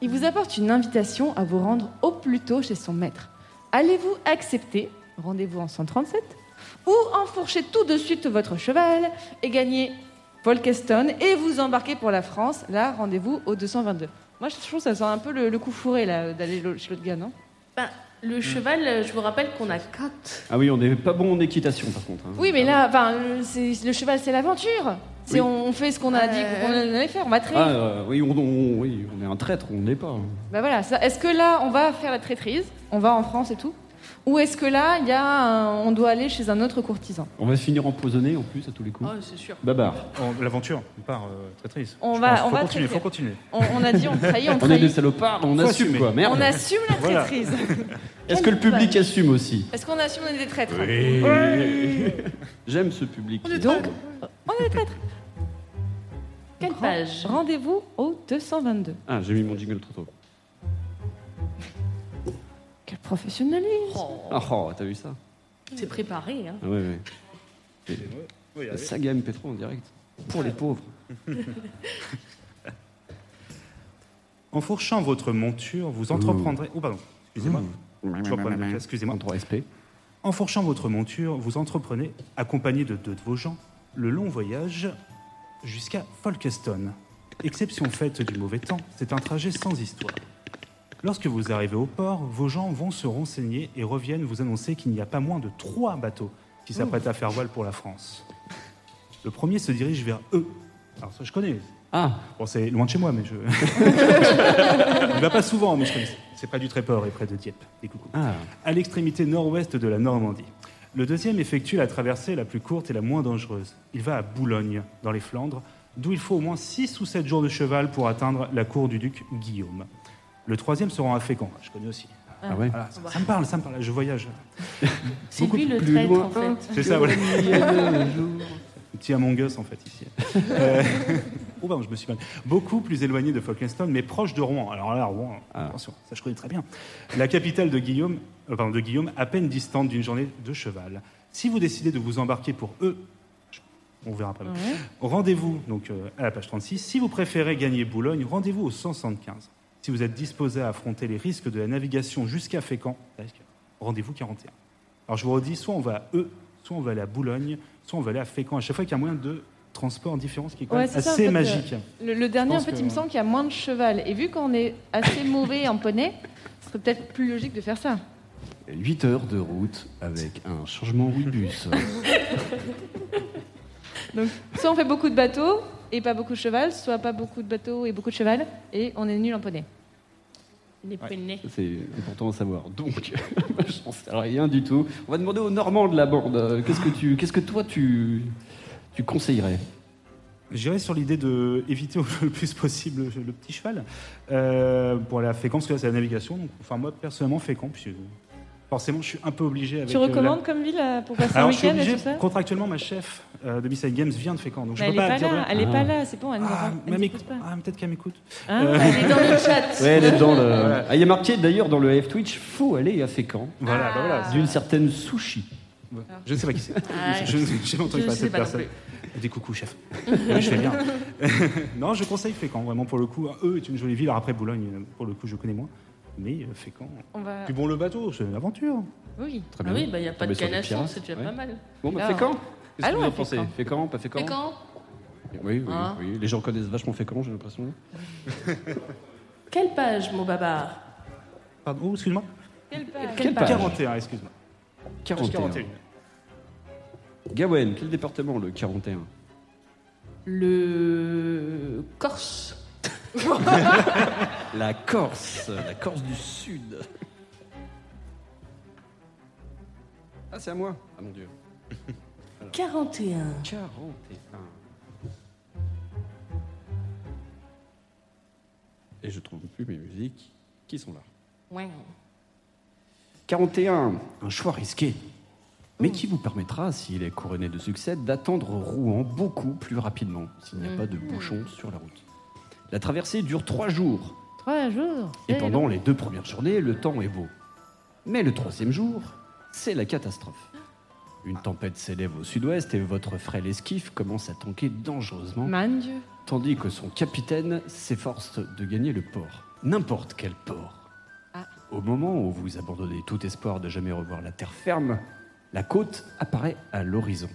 E: Il vous apporte une invitation à vous rendre au plus tôt chez son maître. Allez-vous accepter Rendez-vous en 137 Ou enfourcher tout de suite votre cheval et gagner Folkestone et vous embarquer pour la France Là, rendez-vous au 222. Moi, je trouve que ça sent un peu le, le coup fourré là d'aller lo- chez l'autre gars, non
B: Ben, le cheval, euh, je vous rappelle qu'on a 4.
D: Ah oui, on n'est pas bon en équitation par contre. hein.
E: Oui, mais là, enfin, le, c'est- le cheval, c'est l'aventure. Si
D: Oui.
E: on, on fait ce qu'on a dit qu'on allait faire, on va trahir.
D: Ah euh, oui, on, on- oui, on est un traître, on n'est pas. hein.
E: Bah voilà, ça- est-ce que là, on va faire la traîtrise, on va en France et tout Ou est-ce que là, il y a un- on doit aller chez un autre courtisan
D: On va se finir empoisonné en plus à tous les coups.
B: Oh, c'est sûr.
D: Babar,
F: On- L'aventure, on part euh, traîtrise.
E: On
F: Je
E: va-
F: pense,
E: on
F: faut
E: va
F: continuer,
E: traîtrise.
F: faut continuer.
E: on, on a dit on trahit, on
D: on est des
E: trahit.
D: salopards, on
F: Faut
D: assume
F: assumer.
D: quoi, merde.
E: On assume la
F: Voilà.
E: traîtrise.
D: Est-ce que le public assume aussi
E: Est-ce qu'on assume on est des traîtres
D: J'aime ce public.
E: Donc, on est des traîtres.
B: Quelle
E: Grand-
B: page
E: Rendez-vous au 222.
D: Ah, j'ai mis mon jingle trop tôt.
E: Quel professionnalisme
B: Oh,
D: Ah, oh, t'as vu ça
B: C'est préparé, hein.
D: Ah ouais, ouais.
F: Oui,
D: La
F: allez.
D: saga MP3 en direct. Pour les pauvres.
F: En fourchant votre monture, vous entreprendrez. Oh, pardon, excusez-moi. Je reprends le- Excusez-moi.
D: En 3 SP.
F: En fourchant votre monture, vous entreprenez, accompagné de deux de vos gens, le long voyage jusqu'à Folkestone. Exception faite du mauvais temps, c'est un trajet sans histoire. Lorsque vous arrivez au port, vos gens vont se renseigner et reviennent vous annoncer qu'il n'y a pas moins de trois bateaux qui s'apprêtent à faire voile pour la France. Le premier se dirige vers eux. Alors ça, je connais.
D: Ah,
F: Bon, c'est loin de chez moi, mais je... Il va pas souvent, mais je connais. C'est près du Tréport et près de Dieppe. Des coucous
D: ah.
F: à l'extrémité nord-ouest de la Normandie. Le deuxième effectue la traversée la plus courte et la moins dangereuse. Il va à Boulogne, dans les Flandres, d'où il faut au moins 6 ou 7 jours de cheval pour atteindre la cour du duc Guillaume. Le troisième se rend à Fécamp, je connais aussi.
D: Ah ouais
F: Voilà, ça, ça me parle, ça me parle, je voyage.
B: C'est lui le
D: plus
B: traître,
D: loin.
B: en fait.
F: C'est ça, voilà.
D: Est-ce
F: Le petit Among Us, en fait, ici. Euh, Oh, pardon, je me suis mal. Beaucoup plus éloigné de Folkestone, mais proche de Rouen. Alors là, Rouen, attention, ça je connais très bien. La capitale de Guillaume, euh, pardon, de Guillaume, à peine distante d'une journée de cheval. Si vous décidez de vous embarquer pour eux, on verra pas. Rendez-vous donc euh, à la page 36. Si vous préférez gagner Boulogne, rendez-vous au 175. Si vous êtes disposé à affronter les risques de la navigation jusqu'à Fécamp, Rendez-vous 41. Alors je vous redis, soit on va àEu, soit on va aller à Boulogne, soit on va aller à Fécamp. À chaque fois, il y a un moyen de transport différent, ce qui est quand
E: Ouais,
F: même
E: c'est ça, en
F: assez
E: fait, euh,
F: magique.
E: Le, le dernier, en
F: pense
E: fait,
F: que-
E: il me semble qu'il y a moins de cheval. Et vu qu'on est assez mauvais en poney, ce serait peut-être plus logique de faire ça.
D: 8 heures de route avec un changement de bus.
E: Soit on fait beaucoup de bateaux et pas beaucoup de cheval, soit pas beaucoup de bateaux et beaucoup de cheval, et on est nul en poney.
B: Les poneys.
D: C'est important à savoir. Donc, je n'en sais rien du tout. On va demander aux Normands de la bande. euh, Qu'est-ce que tu, qu'est-ce que toi tu, tu conseillerais
F: J'irais sur l'idée d'éviter le plus possible le petit cheval euh, pour aller à Fécamp, parce que là, c'est la navigation. Donc, enfin, moi, personnellement, Fécamp, puisque euh, forcément, je suis un peu obligé avec.
E: Tu
F: euh,
E: recommandes comme ville euh, pour passer
F: la- Alors,
E: un
F: je suis
E: week-end et
F: obligé,
E: tout ça
F: contractuellement, ma chef euh, de Beside Games vient de Fécamp, donc je
E: Mais
F: ne
E: elle
F: peux
E: est
F: Bah, pas
E: pas
F: dire. hein.
E: là, elle est pas là, c'est bon, elle ne
F: Ah, mais elle
E: m'écoute
F: m'écoute-
E: pas.
F: ah, peut-être qu'elle m'écoute.
E: Hein
F: Euh,
B: Elle est dans le chat.
D: Ouais, elle est dans le. Ah, il y a marqué d'ailleurs dans le F Twitch faut aller à Fécamp
F: Voilà, bah voilà.
D: d'une certaine sushi.
F: Ouais. Je ne sais pas qui c'est.
B: Ah,
F: Je je n'entends
B: je
F: pas
B: sais
F: cette
B: pas non
F: personne. Elle dit coucou, chef. Oui, je fais bien. non, je conseille Fécamp, vraiment, pour le coup. Eux est une jolie ville, alors après Boulogne, pour le coup, je connais moins. Mais euh, Fécamp.
E: On va...
F: Puis bon, le bateau, c'est une aventure.
E: Oui.
D: Très
B: Ah oui, il bah, n'y a pas
D: Tomber
B: de
D: sur des
B: canne à
D: pirates,
B: sucre, c'est déjà
D: ouais.
B: pas mal.
D: Bon, bah,
E: Alors,
D: Fécamp Qu'est-ce que
E: allons
D: vous
E: à
D: en pensez
E: Fécamp.
D: Fécamp, pas Fécamp
B: Mais quand
D: Oui, oui,
B: Hein
D: oui. Les gens connaissent vachement Fécamp, j'ai l'impression.
B: Quelle page, mon babar
F: Pardon, oh, excuse-moi.
B: Quelle
D: page
F: 41, excuse-moi. Page 41.
D: Gawen, quel département le 41
B: Le Corse.
D: La Corse, la Corse du Sud. Ah, c'est à moi Ah mon dieu.
B: 41.
D: 41. Et je trouve plus mes musiques qui sont là.
B: Ouais.
D: 41, un choix risqué, mais qui vous permettra, s'il est couronné de succès, d'atteindre Rouen beaucoup plus rapidement, s'il n'y a pas de bouchons sur la route. La traversée dure trois jours,
E: Trois jours.
D: et
E: c'est
D: pendant
E: long.
D: les deux premières journées, le temps est beau. Mais le troisième jour, c'est la catastrophe. Une tempête s'élève au sud-ouest et votre frêle esquif commence à tanker dangereusement,
E: Man Dieu.
D: tandis que son capitaine s'efforce de gagner le port. N'importe quel port.
E: Ah.
D: Au moment où vous abandonnez tout espoir de jamais revoir la terre ferme, la côte apparaît à l'horizon.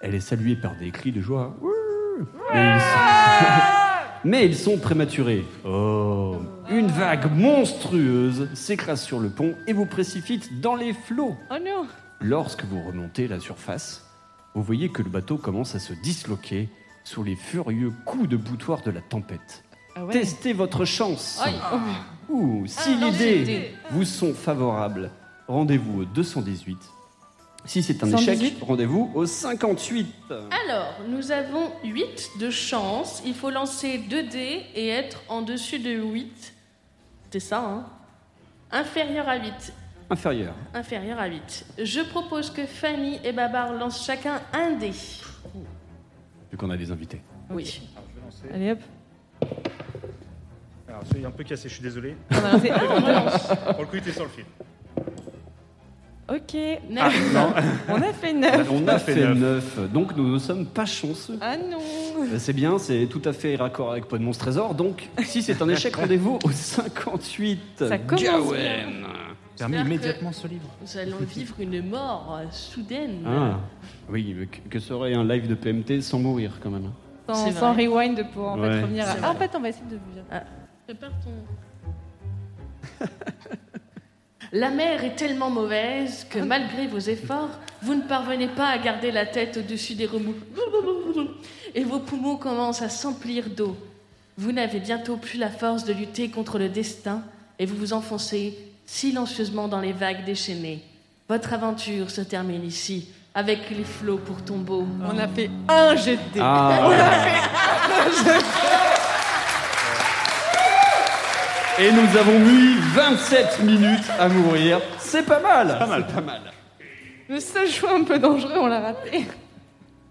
D: Elle est saluée par des cris de joie. Ouh Mais ils sont- Mais ils sont prématurés. Oh Une vague monstrueuse s'écrase sur le pont et vous précipite dans les flots.
E: Oh non
D: Lorsque vous remontez la surface, vous voyez que le bateau commence à se disloquer sous les furieux coups de boutoir de la tempête.
E: Ah ouais. Ah.
D: Testez votre chance.
B: Aïe.
D: Ou si
B: Ah,
D: l'idée
B: l'idée.
D: vous sont favorables, rendez-vous au 218. Si c'est un
E: 118.
D: échec, rendez-vous au 58.
B: Alors, nous avons 8 de chance. Il faut lancer 2 dés et être en dessus de 8. C'est ça, hein Inférieur à 8.
D: Inférieur.
B: Inférieur à 8. Je propose que Fanny et Babar lancent chacun un dé.
D: Vu qu'on a des invités.
B: Oui.
E: Allez hop.
F: Alors, c'est un peu cassé, je suis désolé.
E: On a lancé un.
F: Pour le coup, il était sur le fil.
E: Ok.
B: Neuf.
F: Ah.
E: On a fait neuf.
D: On a
F: fait
D: fait 9, donc nous ne sommes pas chanceux.
E: Ah non
D: Euh, C'est bien, c'est tout à fait raccord avec Pokémon Trésor. Donc, si c'est un échec, rendez-vous au 58.
E: Ça commence
D: Gawen.
F: Permis
B: J'espère
F: immédiatement ce livre.
B: Nous allons vivre une mort euh, soudaine.
D: Ah, oui, mais que- que serait un live de PMT sans mourir quand même hein
E: sans,
B: C'est
E: sans
B: vrai.
E: rewind de pour en
D: Ouais.
E: fait revenir à...
B: C'est
E: Ah, en
B: vrai.
E: fait, on va essayer de... bien.
B: Prépare ton- La mer est tellement mauvaise que malgré vos efforts, vous ne parvenez pas à garder la tête au-dessus des remous. Et vos poumons commencent à s'emplir d'eau. Vous n'avez bientôt plus la force de lutter contre le destin et vous vous enfoncez silencieusement dans les vagues déchaînées. Votre aventure se termine ici, avec les flots pour tombeau.
E: On a fait un jet de dés.
D: Ah Et nous avons mis 27 minutes à mourir. C'est pas mal C'est pas mal.
E: Le seul choix un peu dangereux, on l'a raté.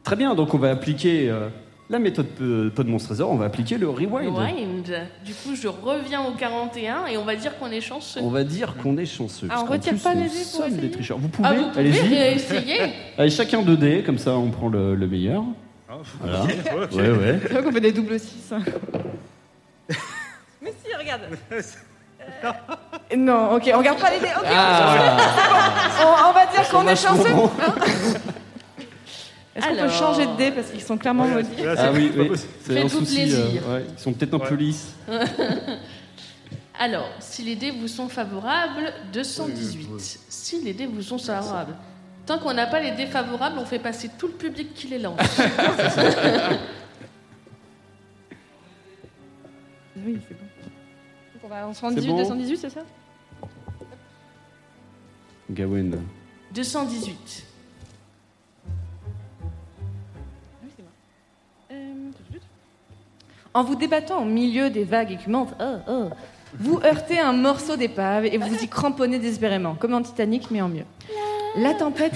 D: Très bien, donc on va appliquer euh, la méthode P- Podmonstre Trésor, on va appliquer le rewind.
B: Rewind. Du coup, je reviens au 41 et on va dire qu'on est chanceux.
D: On va dire qu'on est chanceux.
E: Ah, on
D: parce qu'en
E: retire
D: plus,
E: pas les
D: nous
E: dés pour
D: sommes
E: essayer
D: des tricheurs. Vous pouvez,
B: Ah, vous pouvez
D: allez-y.
B: réessayer
D: Allez, chacun deux dés, comme ça on prend le, le meilleur.
F: Ah,
D: Voilà. Ouais, ouais.
E: C'est vrai qu'on fait hein. des doubles 6. Mais si, regarde Euh, Non, ok, on regarde pas les dés. ok,
D: Ah,
C: Ah,
E: on, on va dire qu'on est chanceux.
D: bons.
E: Est-ce qu'on peut
B: Alors.
E: changer de dés parce qu'ils sont clairement maudits
F: Là, c'est
D: Ah oui,
F: pas
D: oui.
F: possible.
D: c'est
B: Faites-vous
D: un souci. euh,
B: plaisir.
D: ouais. Ils sont peut-être un peu
F: Ouais.
D: lisses.
B: Alors, si les dés vous sont favorables, 218. Si les dés vous sont favorables. Tant qu'on n'a pas les dés favorables, on fait passer tout le public qui les lance.
E: Oui, c'est bon. Donc on va en 118,
D: C'est bon
E: 218, c'est ça
D: Gawen.
B: 218.
E: Oui, c'est bon. Euh, tout de suite. En vous débattant au milieu des vagues écumantes, oh, oh, vous heurtez un morceau d'épave et vous y cramponnez désespérément, comme en Titanic, mais en mieux. La tempête.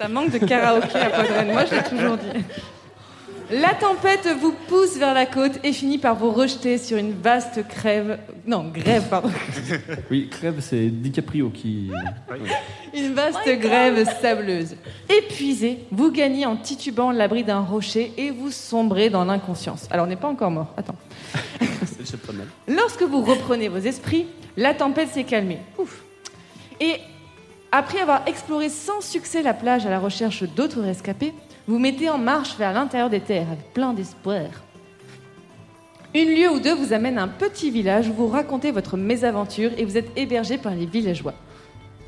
E: Ça manque de karaoké à Podren, moi je l'ai toujours dit. La tempête vous pousse vers la côte et finit par vous rejeter sur une vaste crève. Non, grève, pardon.
D: Oui, Crève, c'est DiCaprio qui.
E: Une vaste grève sableuse. Épuisé, vous gagnez en titubant l'abri d'un rocher et vous sombrez dans l'inconscience. Alors, on n'est pas encore mort, attends.
D: c'est pas mal.
E: Lorsque vous reprenez vos esprits, la tempête s'est calmée. Ouf. Et après avoir exploré sans succès la plage à la recherche d'autres rescapés, vous mettez en marche vers l'intérieur des terres avec plein d'espoir. Une lieue ou deux vous amène à un petit village où vous racontez votre mésaventure et vous êtes hébergé par les villageois.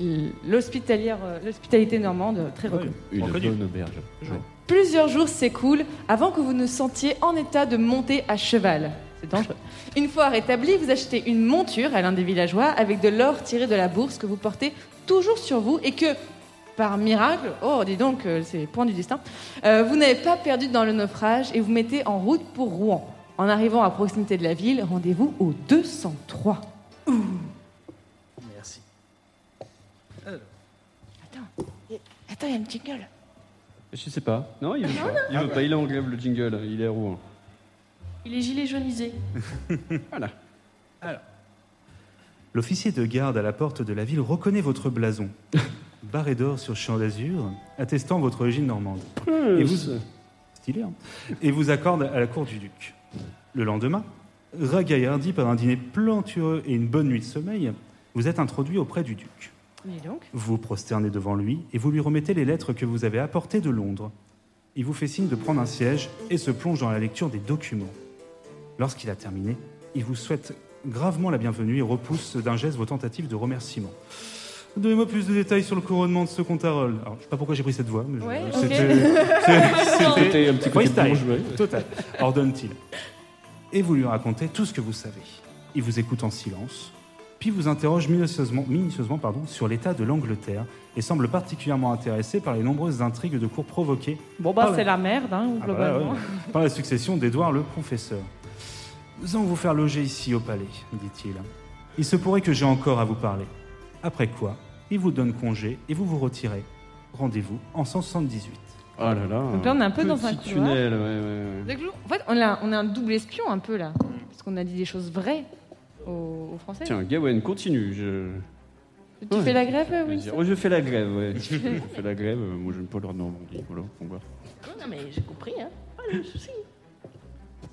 E: L- l'hospitalière- euh, L'hospitalité normande, euh, très reconnue.
D: Une
F: Reconnu.
D: bonne auberge. Ouais.
E: Plusieurs jours s'écoulent avant que vous ne sentiez en état de monter à cheval. C'est dangereux. Une fois rétabli, vous achetez une monture à l'un des villageois avec de l'or tiré de la bourse que vous portez toujours sur vous et que, par miracle, oh dis donc, euh, c'est le point du destin, euh, vous n'avez pas perdu dans le naufrage et vous mettez en route pour Rouen. En arrivant à proximité de la ville, rendez-vous au 203.
G: Merci.
E: Attends, il y a une jingle.
D: Je sais pas. Non, il veut pas. Il veut pas. Il est en grève le jingle. Il est à Rouen.
B: Il est gilet jaunisé.
D: Voilà.
F: L'officier de garde à la porte de la ville reconnaît votre blason. Barré d'or sur champ d'azur, attestant votre origine normande. Et vous- Stylé, hein Et vous accorde à la cour du duc. Le lendemain, ragaillardi par un dîner plantureux et une bonne nuit de sommeil, vous êtes introduit auprès du duc.
E: Mais donc
F: Vous vous prosternez devant lui et vous lui remettez les lettres que vous avez apportées de Londres. Il vous fait signe de prendre un siège et se plonge dans la lecture des documents. Lorsqu'il a terminé, il vous souhaite gravement la bienvenue et repousse d'un geste vos tentatives de remerciement. Donnez-moi plus de détails sur le couronnement de ce comte Harold. Alors, je sais pas pourquoi j'ai pris cette voix, mais je-
E: Ouais, ok. Oh.
F: c'était-
D: C'était un petit côté
F: freestyle.
D: bon joué.
F: Total. Ordonne-t-il. Et vous lui racontez tout ce que vous savez. Il vous écoute en silence, puis vous interroge minutieusement, minutieusement, pardon, sur l'état de l'Angleterre et semble particulièrement intéressé par les nombreuses intrigues de cours provoquées
E: Bon, bah,
F: bah, Pardon.
E: c'est
F: c'est
E: la merde, hein,
F: ah bah là,
E: globalement.
F: ouais. par la succession d'Édouard le professeur. Nous allons vous faire loger ici au palais, dit-il. Il se pourrait que j'ai encore à vous parler. Après quoi, il vous donne congé et vous vous retirez. Rendez-vous en 178.
D: Oh là là.
E: Donc là, on est un peu dans un
D: petit
E: couloir.
D: tunnel. Ouais, ouais, ouais.
E: Donc, nous, en fait, on a, on a un double espion un peu là. Parce qu'on a dit des choses vraies aux, aux Français.
D: Tiens, Gawen, continue. Je...
E: tu fais la grève, euh,
D: je veux
E: oui
D: dire- oh, je fais la grève, ouais. je fais la grève. euh, Moi, j'aime pas leur Normandie. Voilà, on voit.
B: Non, non, mais j'ai compris, hein. Pas de souci.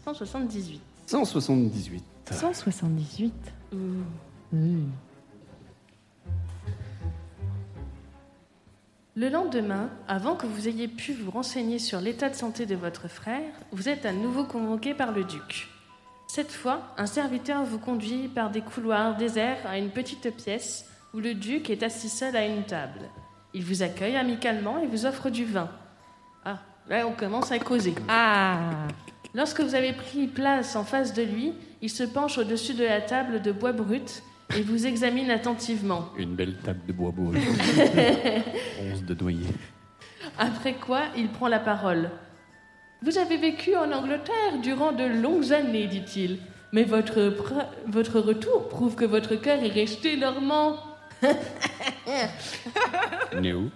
B: 178.
D: 178.
E: 178.
B: Ouh. Le lendemain, avant que vous ayez pu vous renseigner sur l'état de santé de votre frère, vous êtes à nouveau convoqué par le duc. Cette fois, un serviteur vous conduit par des couloirs déserts à une petite pièce où le duc est assis seul à une table. Il vous accueille amicalement et vous offre du vin. Ah, là on commence à causer.
E: Ah
B: Lorsque vous avez pris place en face de lui, il se penche au-dessus de la table de bois brut et vous examine attentivement.
C: Une belle table de bois beau.
D: Bronze de doyer.
B: Après quoi, il prend la parole. Vous avez vécu en Angleterre durant de longues années, dit-il. Mais votre, pr- votre retour prouve que votre cœur est resté normand.
C: Néo.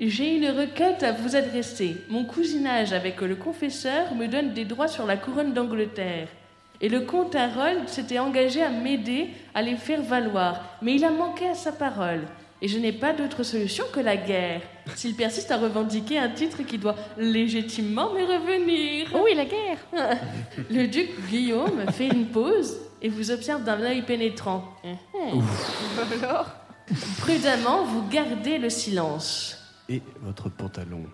B: J'ai une requête à vous adresser. Mon cousinage avec le confesseur me donne des droits sur la couronne d'Angleterre. Et le comte Harold s'était engagé à m'aider à les faire valoir, mais il a manqué à sa parole. et je n'ai pas d'autre solution que la guerre, s'il persiste à revendiquer un titre qui doit légitimement me revenir.
E: Oh oui, la guerre
B: Le duc Guillaume fait une pause et vous observe d'un œil pénétrant.
E: Alors
B: Prudemment, vous gardez le silence,
D: Et votre pantalon.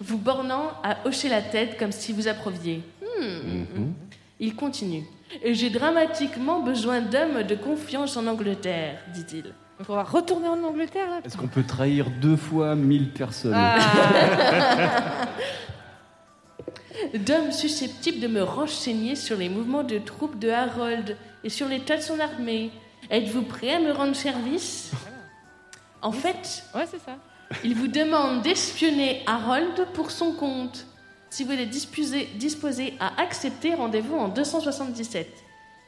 B: vous bornant à hocher la tête comme si vous approuviez. Hmm.
D: Mhm.
B: Il continue. J'ai dramatiquement besoin d'hommes de confiance en Angleterre, dit-il.
E: Donc on va retourner en Angleterre là
D: Est-ce qu'on peut trahir deux fois mille personnes
E: Ah.
B: D'hommes susceptibles de me renseigner sur les mouvements de troupes de Harold et sur l'état de son armée. Êtes-vous prêt à me rendre service En fait,
E: Ouais, c'est ça.
B: Il vous demande d'espionner Harold pour son compte. Si vous êtes disposé, disposé à accepter, rendez-vous en 277.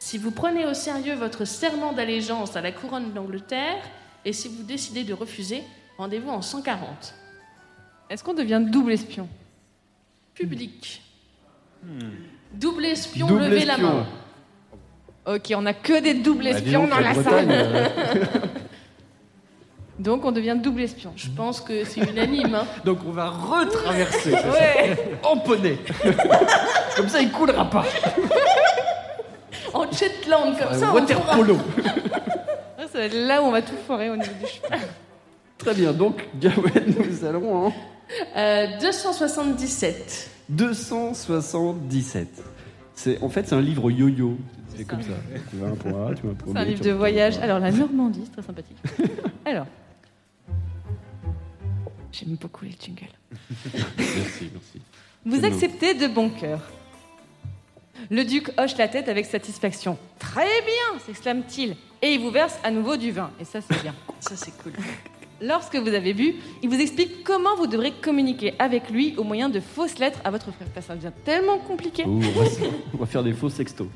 B: Si vous prenez au sérieux votre serment d'allégeance à la couronne d'Angleterre, et si vous décidez de refuser, rendez-vous en 140.
E: Est-ce qu'on devient double espion
B: Public. Double espion,
D: Double
B: levez la
D: espion.
B: main.
E: Ok, on a que des doubles
D: Bah, dis
E: espions
D: donc,
E: dans la
D: Bretagne,
E: salle.
D: euh,
E: Donc on devient double espion.
B: Je pense que c'est unanime. hein.
D: Donc on va retraverser
E: Ouais.
D: en poney. Comme ça, il coulera pas.
B: En Shetland, comme
D: Euh,
B: ça, on
D: water polo.
E: Ça va être là où on va tout foirer au niveau du chemin.
D: Très bien. Donc, Gawain, nous allons en
B: Euh, 277.
D: 277. C'est en fait c'est un livre yo-yo. C'est comme ça. Tu vas un point A, tu vas un
E: C'est
D: point B,
E: un
D: tu
E: livre
D: vas
E: de
D: un point
E: voyage.
D: A.
E: Alors, la Normandie, c'est très sympathique. Alors. J'aime beaucoup les jingles.
D: Merci, merci.
E: Vous
D: nous.
E: acceptez de bon cœur. Le duc hoche la tête avec satisfaction. Très bien s'exclame-t-il. Et il vous verse à nouveau du vin. Et ça, c'est bien.
B: Ça, c'est cool.
E: Lorsque vous avez bu, il vous explique comment vous devrez communiquer avec lui au moyen de fausses lettres à votre frère. Ça devient tellement compliqué.
D: Ouh, on, va, on va faire des faux sextos.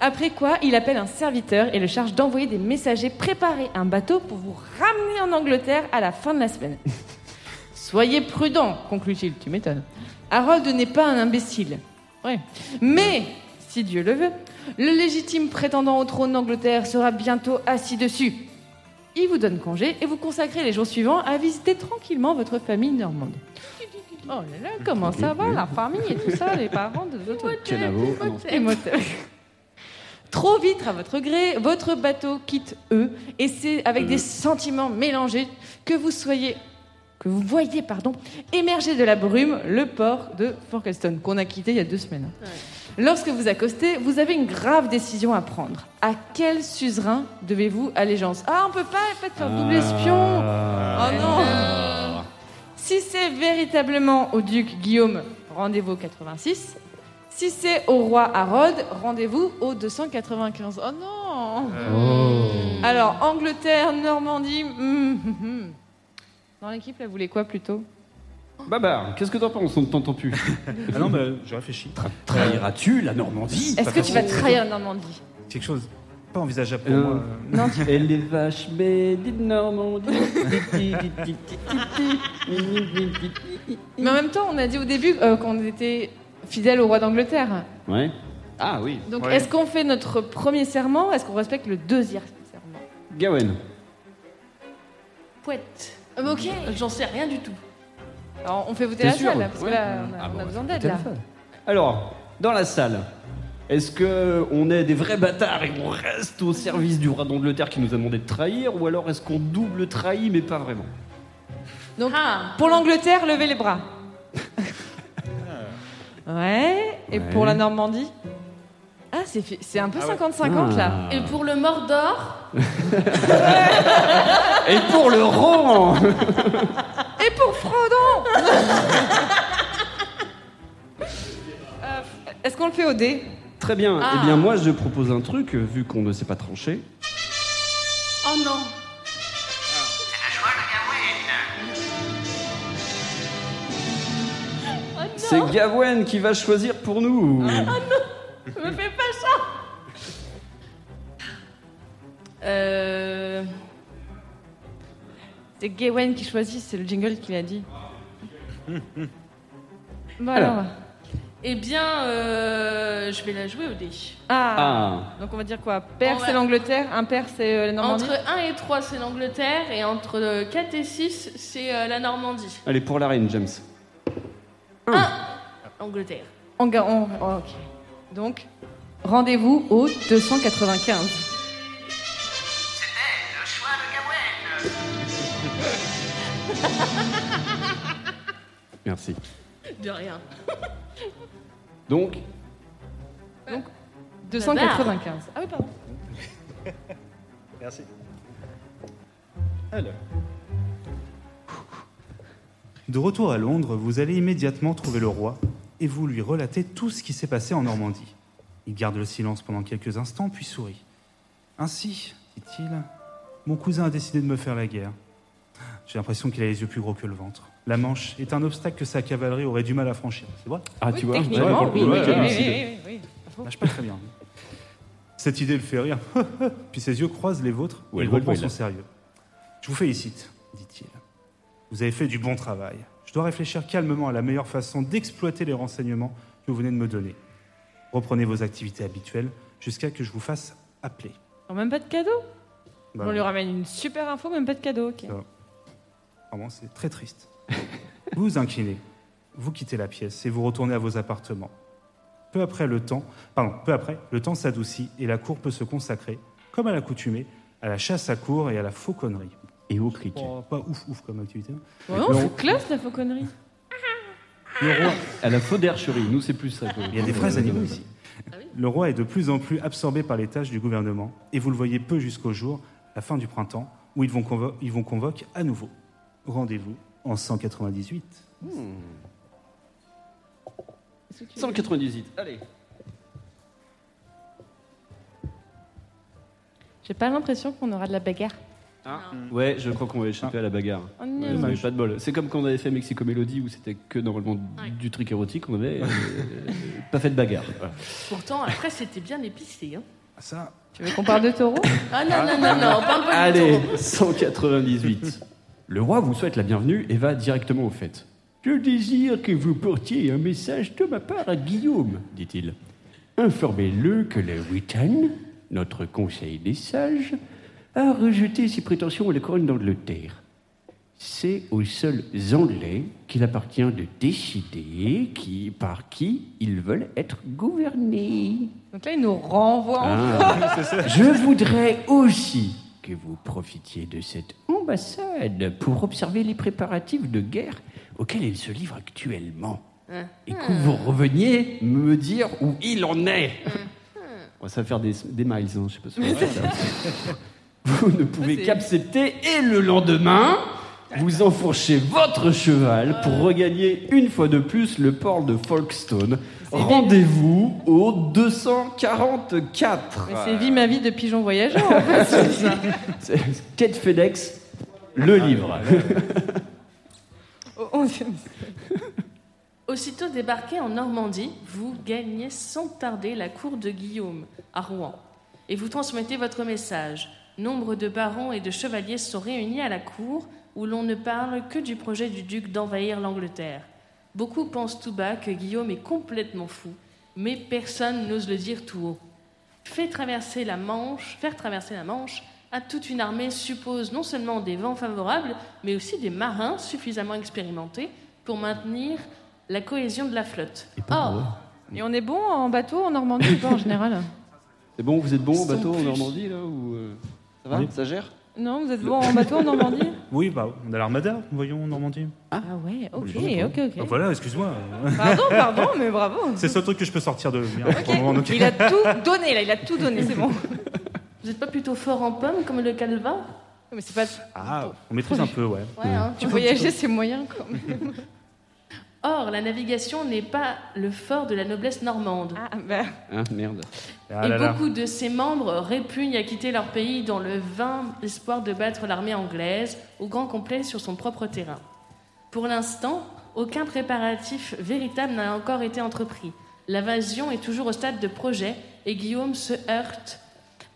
E: Après quoi, il appelle un serviteur et le charge d'envoyer des messagers préparer un bateau pour vous ramener en Angleterre à la fin de la semaine. Soyez prudent, conclut-il, tu m'étonnes. Harold n'est pas un imbécile. Ouais. Mais, si Dieu le veut, le légitime prétendant au trône d'Angleterre sera bientôt assis dessus. Il vous donne congé et vous consacrez les jours suivants à visiter tranquillement votre famille normande. Oh là là, comment ça va, la famille et tout ça, les parents de votre...
D: Canavo. Ah non,
E: Et moteur. Trop vite à votre gré, votre bateau quitte eux, et c'est avec des sentiments mélangés que vous soyez, que vous voyez, pardon, émerger de la brume le port de Folkestone qu'on a quitté il y a deux semaines. Lorsque vous accostez, vous avez une grave décision à prendre. À quel suzerain devez-vous allégeance Ah, on peut pas en fait, faire
D: Ah.
E: double espion. Oh non Oh. Si c'est véritablement au duc Guillaume, rendez-vous au 86. Si c'est au roi Harold, rendez-vous au 295. Oh non Alors, Angleterre, Normandie... hum, hum, hum. Dans l'équipe, là, vous voulez quoi plutôt
D: Babar, qu'est-ce que t'en penses On ne t'entend plus.
F: Ah non, bah, je réfléchis.
D: Trahiras-tu la Normandie
E: Est-ce que tu vas trahir Normandie
F: Quelque chose pas envisageable pour
D: Euh,
F: moi.
D: Et les vaches belles de Normandie. Ti, ti, ti, ti, ti, ti, ti, ti, ti.
E: Mais en même temps, on a dit au début euh, qu'on était fidèle au roi d'Angleterre.
D: Ouais. Ah oui.
E: Donc,
F: Ouais.
E: est-ce qu'on fait notre premier serment Est-ce qu'on respecte le deuxième serment
D: Gawen.
B: Poète.
E: Ok.
B: J'en sais rien du tout.
E: Alors, on fait voter
D: T'es
E: la
D: sûr
E: salle, là, parce
D: Ouais.
E: que là, on a,
D: Ah
E: on a
D: bon,
E: besoin
D: bah,
E: d'aide,
D: t'as
E: là.
D: la salle. Alors, dans la salle, est-ce que on est des vrais bâtards et on reste au service du roi d'Angleterre qui nous a demandé de trahir, ou alors est-ce qu'on double trahit mais pas vraiment
E: Donc,
B: Ah,
E: Pour l'Angleterre, levez les bras. ouais. Et
D: Ouais.
E: pour la Normandie Ah, c'est fi- c'est un peu 50-50 là.
B: et pour le Mordor
D: Et pour le Rohan Ah.
E: Et pour Frodon Euh, Est-ce qu'on le fait au dé
D: Très bien.
B: Ah.
D: Eh bien, moi, je propose un truc euh, vu qu'on ne sait pas trancher.
B: Oh non
D: C'est Gawen qui va choisir pour nous.
B: Me fais pas ça Euh.
E: C'est Gawain qui choisit, c'est le jingle qu'il a dit. Bon alors.
D: Alors.
B: Eh bien, euh, je vais la jouer au dé.
E: Ah,
D: Ah,
E: Donc on va dire quoi Père,
B: On va-
E: c'est l'Angleterre, un père, c'est euh, la Normandie.
B: Entre 1 et 3, c'est l'Angleterre, et entre euh, 4 et 6, c'est euh, la Normandie.
D: allez pour la reine, James.
B: Angleterre.
E: On ga- on- oh, ok. Donc, rendez-vous au 295.
D: Merci.
B: De rien.
D: Donc,
E: 295. Ah oui, pardon.
G: Merci. Alors,
F: De retour à Londres, vous allez immédiatement trouver le roi et vous lui relatez tout ce qui s'est passé en Normandie. Il garde le silence pendant quelques instants, puis sourit. Ainsi, dit-il, mon cousin a décidé de me faire la guerre. J'ai l'impression qu'il a les yeux plus gros que le ventre. La Manche est un obstacle que sa cavalerie aurait du mal à franchir, c'est vrai
D: ah,
E: Oui,
D: tu vois, ouais,
E: techniquement,
D: pour le
E: oui,
D: coup,
E: oui,
D: ouais,
E: oui,
D: ouais.
E: oui, oui, oui, oui.
F: Lâche Bah, pas très bien. Cette idée le fait rire. Puis ses yeux croisent les vôtres
D: Ouais,
F: et il
D: le Volvo,
F: reprend
D: il
F: son
D: l'a.
F: sérieux. Je vous félicite, dit-il. Vous avez fait du bon travail. Je dois réfléchir calmement à la meilleure façon d'exploiter les renseignements que vous venez de me donner. Reprenez vos activités habituelles jusqu'à que je vous fasse appeler.
E: Alors, Même pas de cadeau.
F: Bah,
E: on lui ramène une super info, même pas de cadeau. ok.
F: Vraiment, Ah c'est très triste. vous vous inclinez, vous quittez la pièce et vous retournez à vos appartements. Peu après le temps, pardon, peu après, le temps s'adoucit et la cour peut se consacrer, comme à l'accoutumée, à la chasse à cour et à la fauconnerie.
D: Et au criquet.
F: Oh, pas ouf ouf comme activité. hein.
E: Bon, non,
F: Non.
E: c'est classe la faux connerie.
D: Le roi à la faudercherie, nous c'est plus ça.
F: Il y a des vrais animaux ici.
B: Ah oui.
F: Le roi est de plus en plus absorbé par les tâches du gouvernement et vous le voyez peu jusqu'au jour, la fin du printemps, où ils vont, convo- ils vont convoquer à nouveau. Rendez-vous en 198.
D: 198, allez.
E: J'ai pas l'impression qu'on aura de la bagarre.
D: Ouais, je crois qu'on va échapper à la bagarre.
E: Oh,
D: Ouais,
E: non.
D: on avait pas de bol. C'est comme quand on avait fait Mexico Melody où c'était que normalement
B: Ouais.
D: du truc érotique, on avait euh, pas fait de bagarre. Voilà.
B: Pourtant, après, c'était bien épicé. Hein.
F: Ah, Ça,
E: Tu veux qu'on parle de taureau
B: Ah non, non, non, non, on parle pas du
D: Allez,
B: taureau.
D: 198. Le roi vous souhaite la bienvenue et va directement au fait. Je désire que vous portiez un message de ma part à Guillaume, dit-il. Informez-le que le Witan, notre conseil des sages, a rejeté ses prétentions à la couronne d'Angleterre. C'est aux seuls Anglais qu'il appartient de décider qui, par qui ils veulent être gouvernés.
E: Donc là, il nous renvoie
D: Ah.
E: en
D: Je voudrais aussi que vous profitiez de cette ambassade pour observer les préparatifs de guerre auxquels il se livre actuellement. Et que vous reveniez me dire où il en est. Bon, ça va faire des, des miles, hein, je sais pas ce qu'on va faire, ça. Vous ne pouvez
E: Ouais, c'est-
D: qu'accepter et le lendemain, vous enfourchez votre cheval pour regagner une fois de plus le port de Folkestone. Rendez-vous au 244.
E: Mais c'est vie ma vie de pigeon voyageur. en fait.
D: C'est Kate FedEx, le
F: Ah,
D: livre.
E: Oh, on-
B: Aussitôt débarqué en Normandie, vous gagnez sans tarder la cour de Guillaume à Rouen et vous transmettez votre message. Nombre de barons et de chevaliers sont réunis à la cour où l'on ne parle que du projet du duc d'envahir l'Angleterre. Beaucoup pensent tout bas que Guillaume est complètement fou, mais personne n'ose le dire tout haut. Fait traverser la Manche, faire traverser la Manche à toute une armée suppose non seulement des vents favorables, mais aussi des marins suffisamment expérimentés pour maintenir la cohésion de la flotte. Or,
E: Et on est bon en bateau en Normandie ou pas en général
D: C'est bon, vous êtes bon au
B: Sans
D: bateau en
B: plus.
D: Normandie là ou euh, ça va
F: Oui.
D: Ça gère
E: Non, vous êtes bon en bateau en Normandie
F: oui, bah, on a l'armada, voyons, en Normandie.
E: Ah ouais, ok,
D: Oui,
E: ok,
F: Ah,
E: ok.
F: voilà, excuse-moi.
E: Pardon, pardon, mais bravo.
F: C'est le seul truc que je peux sortir de. Merde, pour le moment, donc-
E: Ok, Il a tout donné là, il a tout donné, c'est bon.
B: vous n'êtes pas plutôt fort en pommes comme le Calvin
E: Mais c'est pas
F: Ah, on maîtrise un peu, ouais.
B: Ouais, hein.
E: tu voyageais, c'est moyen quand même.
B: Or, la navigation n'est pas le fort de la noblesse normande.
E: Ah bah,
D: Hein, merde.
F: Ah
B: et
F: là là.
B: beaucoup de ses membres répugnent à quitter leur pays dans le vain espoir de battre l'armée anglaise au grand complet sur son propre terrain. Pour l'instant, aucun préparatif véritable n'a encore été entrepris. L'invasion est toujours au stade de projet et Guillaume se heurte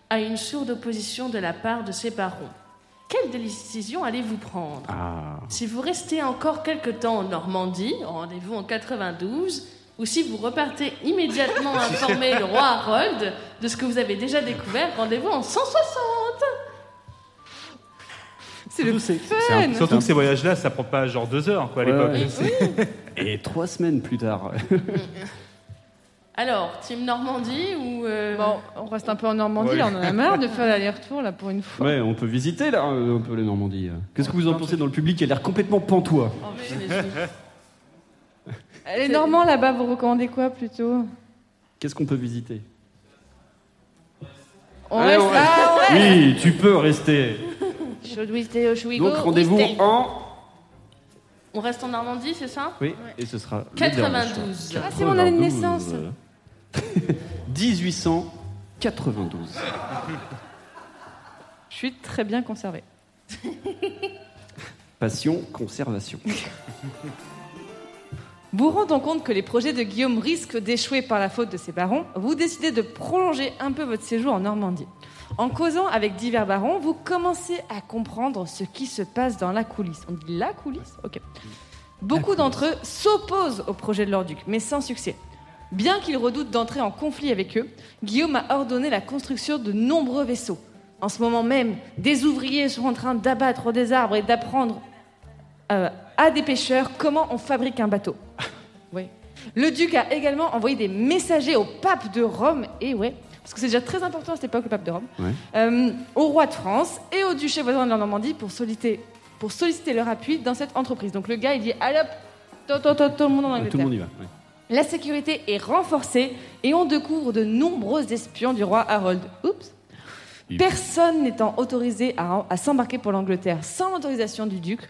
B: à une sourde opposition de la part de ses barons. Quelle décision allez-vous prendre
D: Ah.
B: si vous restez encore quelque temps en Normandie, rendez-vous en 92, ou si vous repartez immédiatement informer le roi Harold de ce que vous avez déjà découvert, rendez-vous en 160
E: C'est le
D: c'est
E: fun
F: Surtout que ces voyages-là, ça prend pas genre deux heures quoi, à
D: Ouais,
F: l'époque.
D: ouais.
E: Eh
D: Et trois semaines plus tard,
B: Alors, Team Normandie ou... euh,
E: Bon, on reste un peu en Normandie,
F: Ouais.
E: là, on en a marre de faire l'aller-retour, là, pour une fois.
D: ouais, on peut visiter là euh, un peu la Normandie. Qu'est-ce que vous en pensez dans le public Il a l'air complètement pantois.
B: oh, punaise.
E: Les Normands, là-bas, vous recommandez quoi, plutôt
D: Qu'est-ce qu'on peut visiter
E: On
D: Allez,
E: reste...
D: on reste.
E: Ah, ouais
D: Oui, tu peux rester.
B: Should we stay or should we
D: Donc
B: go?
D: rendez-vous
B: We stay.
D: en.
B: On reste en Normandie, c'est ça
D: Oui, et ce sera. le dernier choix.
B: 92.
E: Ah, c'est mon année de
D: 92,
E: naissance.
D: euh, 1892.
E: Je suis très bien conservée.
D: Passion, conservation.
E: Vous rendant compte que les projets de Guillaume risquent d'échouer par la faute de ses barons, vous décidez de prolonger un peu votre séjour en Normandie. En causant avec divers barons, vous commencez à comprendre ce qui se passe dans la coulisse. On dit la coulisse Ok. Beaucoup d'entre eux s'opposent au projet de leur duc, mais sans succès. Bien qu'ils redoutent d'entrer en conflit avec eux, Guillaume a ordonné la construction de nombreux vaisseaux. En ce moment même, des ouvriers sont en train d'abattre des arbres et d'apprendre euh, à des pêcheurs comment on fabrique un bateau. Ouais. Le duc a également envoyé des messagers au pape de Rome, et ouais, parce que c'est déjà très important à cette époque, le pape de Rome,
D: Ouais.
E: euh, au roi de France et au duché voisin de la Normandie pour solliciter, pour solliciter leur appui dans cette entreprise. Donc le gars, il dit Allez hop, tout, tout, tout, tout le monde en
D: Euh, Tout
E: Angleterre.
D: le monde y va. ouais.
E: La sécurité est renforcée et on découvre de nombreux espions du roi Harold. Oups. Personne n'étant autorisé à, à s'embarquer pour l'Angleterre sans l'autorisation du duc,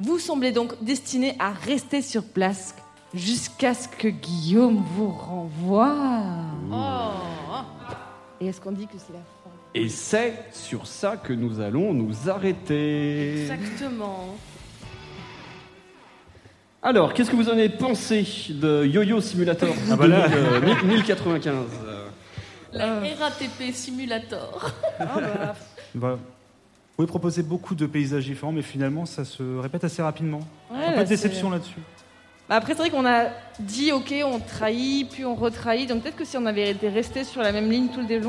E: vous semblez donc destiné à rester sur place jusqu'à ce que Guillaume vous renvoie.
B: Oh.
E: Et est-ce qu'on dit que c'est la fin
D: Et c'est sur ça que nous allons nous arrêter.
B: Exactement.
D: Alors, qu'est-ce que vous en avez pensé de Yo-Yo Simulator
F: Ah bah là.
D: 2000, euh, 1095 euh,
B: La
E: Euh.
B: RATP Simulator.
F: Voilà. Bah, Vous pouvez proposer beaucoup de paysages différents, mais finalement, ça se répète assez rapidement.
E: Ouais,
F: Pas
E: là,
F: de
E: c'est-
F: déception là-dessus.
E: Bah Après, c'est vrai qu'on a dit, ok, on trahit, puis on retrahit. Donc peut-être que si on avait été resté sur la même ligne tout le débat,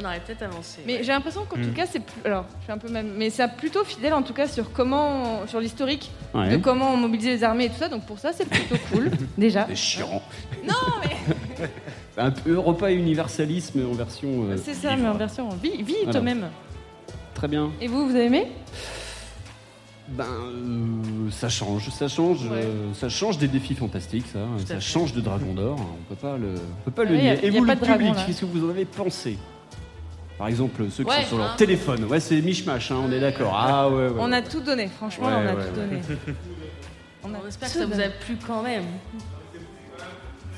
B: On aurait peut-être avancé.
E: Mais j'ai l'impression qu'en
F: Mm.
E: tout cas, c'est plus- alors je suis un peu même, mais c'est plutôt fidèle en tout cas sur comment, sur l'historique de
D: Ouais.
E: comment on mobilisait les armées et tout ça. Donc pour ça, c'est plutôt cool déjà.
D: C'est chiant. Non, mais. Un peu Europa et universalisme en version. euh,
E: C'est ça, mais en version vie, vie
D: Voilà.
E: toi-même.
D: très bien.
E: Et vous, vous avez aimé
D: Ben, euh, ça change, ça change,
E: Ouais.
D: euh, ça change des défis fantastiques, ça. hein, Ça
B: fait.
D: change de Dragon d'Or. hein, On peut pas le, on peut pas le
E: Ouais, Ah y a-
D: nier. Et
E: y a
D: vous,
E: pas
D: le
E: de dragon,
D: public,
E: là.
D: qu'est-ce que vous en avez pensé Par exemple, ceux qui
B: Ouais,
D: sont sur leur
B: hein.
D: téléphone. Ouais, c'est mishmash, hein, on est d'accord. Ah ouais. ouais,
E: On
D: ouais.
E: a tout donné, franchement,
D: Ouais,
E: on a
D: ouais,
E: tout
D: ouais.
E: donné. On a
B: On espère que
E: tout
B: ça vous
E: donné.
B: a plu quand même.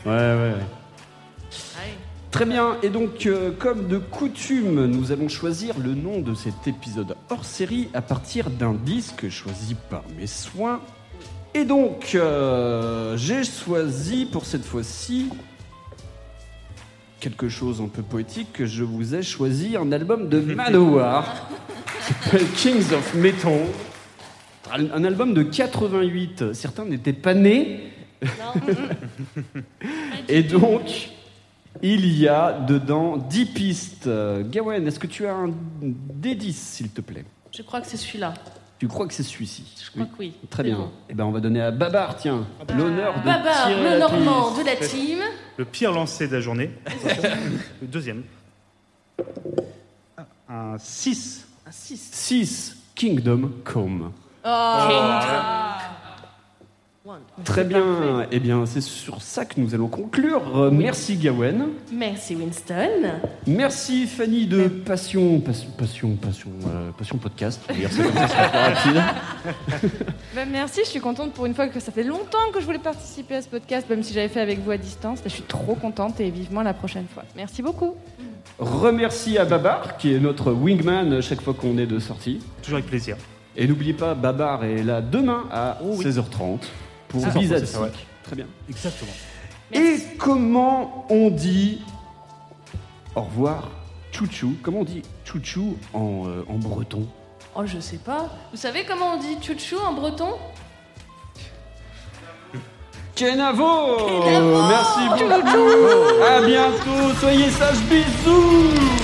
D: Ouais, ouais.
B: Allez.
D: Très bien, et donc euh, comme de coutume, nous allons choisir le nom de cet épisode hors série à partir d'un disque choisi par mes soins. Et donc, euh, j'ai choisi pour cette fois-ci quelque chose un peu poétique, que je vous ai choisi un album de Manowar, qui s'appelle Kings of Metal. Un un album de 88, certains n'étaient pas nés,
B: Non.
D: et donc, il y a dedans 10 pistes. Euh, Gawain, est-ce que tu as un D10, s'il te plaît
B: Je crois que c'est celui-là.
D: Tu crois que c'est celui-ci
B: Je crois que oui.
D: Très
B: C'est
D: bien.
B: bon.
D: Eh ben, on va donner à Babar, tiens, l'honneur de
B: Babar,
D: tirer
B: le
D: la
B: Normand
D: piste.
B: de la team.
F: Le pire lancé de la journée. le deuxième. Un 6.
B: Un 6.
D: 6. Kingdom Come.
E: Oh.
D: Oh. Très bien. Eh bien, c'est sur ça que nous allons conclure. Euh, Merci Gawen.
B: Merci Winston.
D: Merci Fanny de Passion, Passion, Passion, Passion, euh, Passion Podcast. Je veux dire, c'est comme ça, c'est pas rapide.
E: Bah, merci, je suis contente pour une fois que ça fait longtemps que je voulais participer à ce podcast, même si j'avais fait avec vous à distance. Là, je suis trop contente et vivement la prochaine fois. Merci beaucoup.
D: Remercie à Babar, qui est notre wingman chaque fois qu'on est de sortie.
F: Toujours avec plaisir.
D: Et n'oubliez pas, Babar est là demain à
F: Oh oui.
D: 16h30 pour
F: 16h30,
D: Visa
F: c'est ça, ouais.
D: Très bien.
F: Exactement.
B: Merci.
D: Et comment on dit au revoir, chouchou Comment on dit chouchou en, euh, en breton
B: Oh, je sais pas. Vous savez comment on dit chouchou en breton
D: Kenavo Merci beaucoup. À bientôt. Soyez sages. Bisous.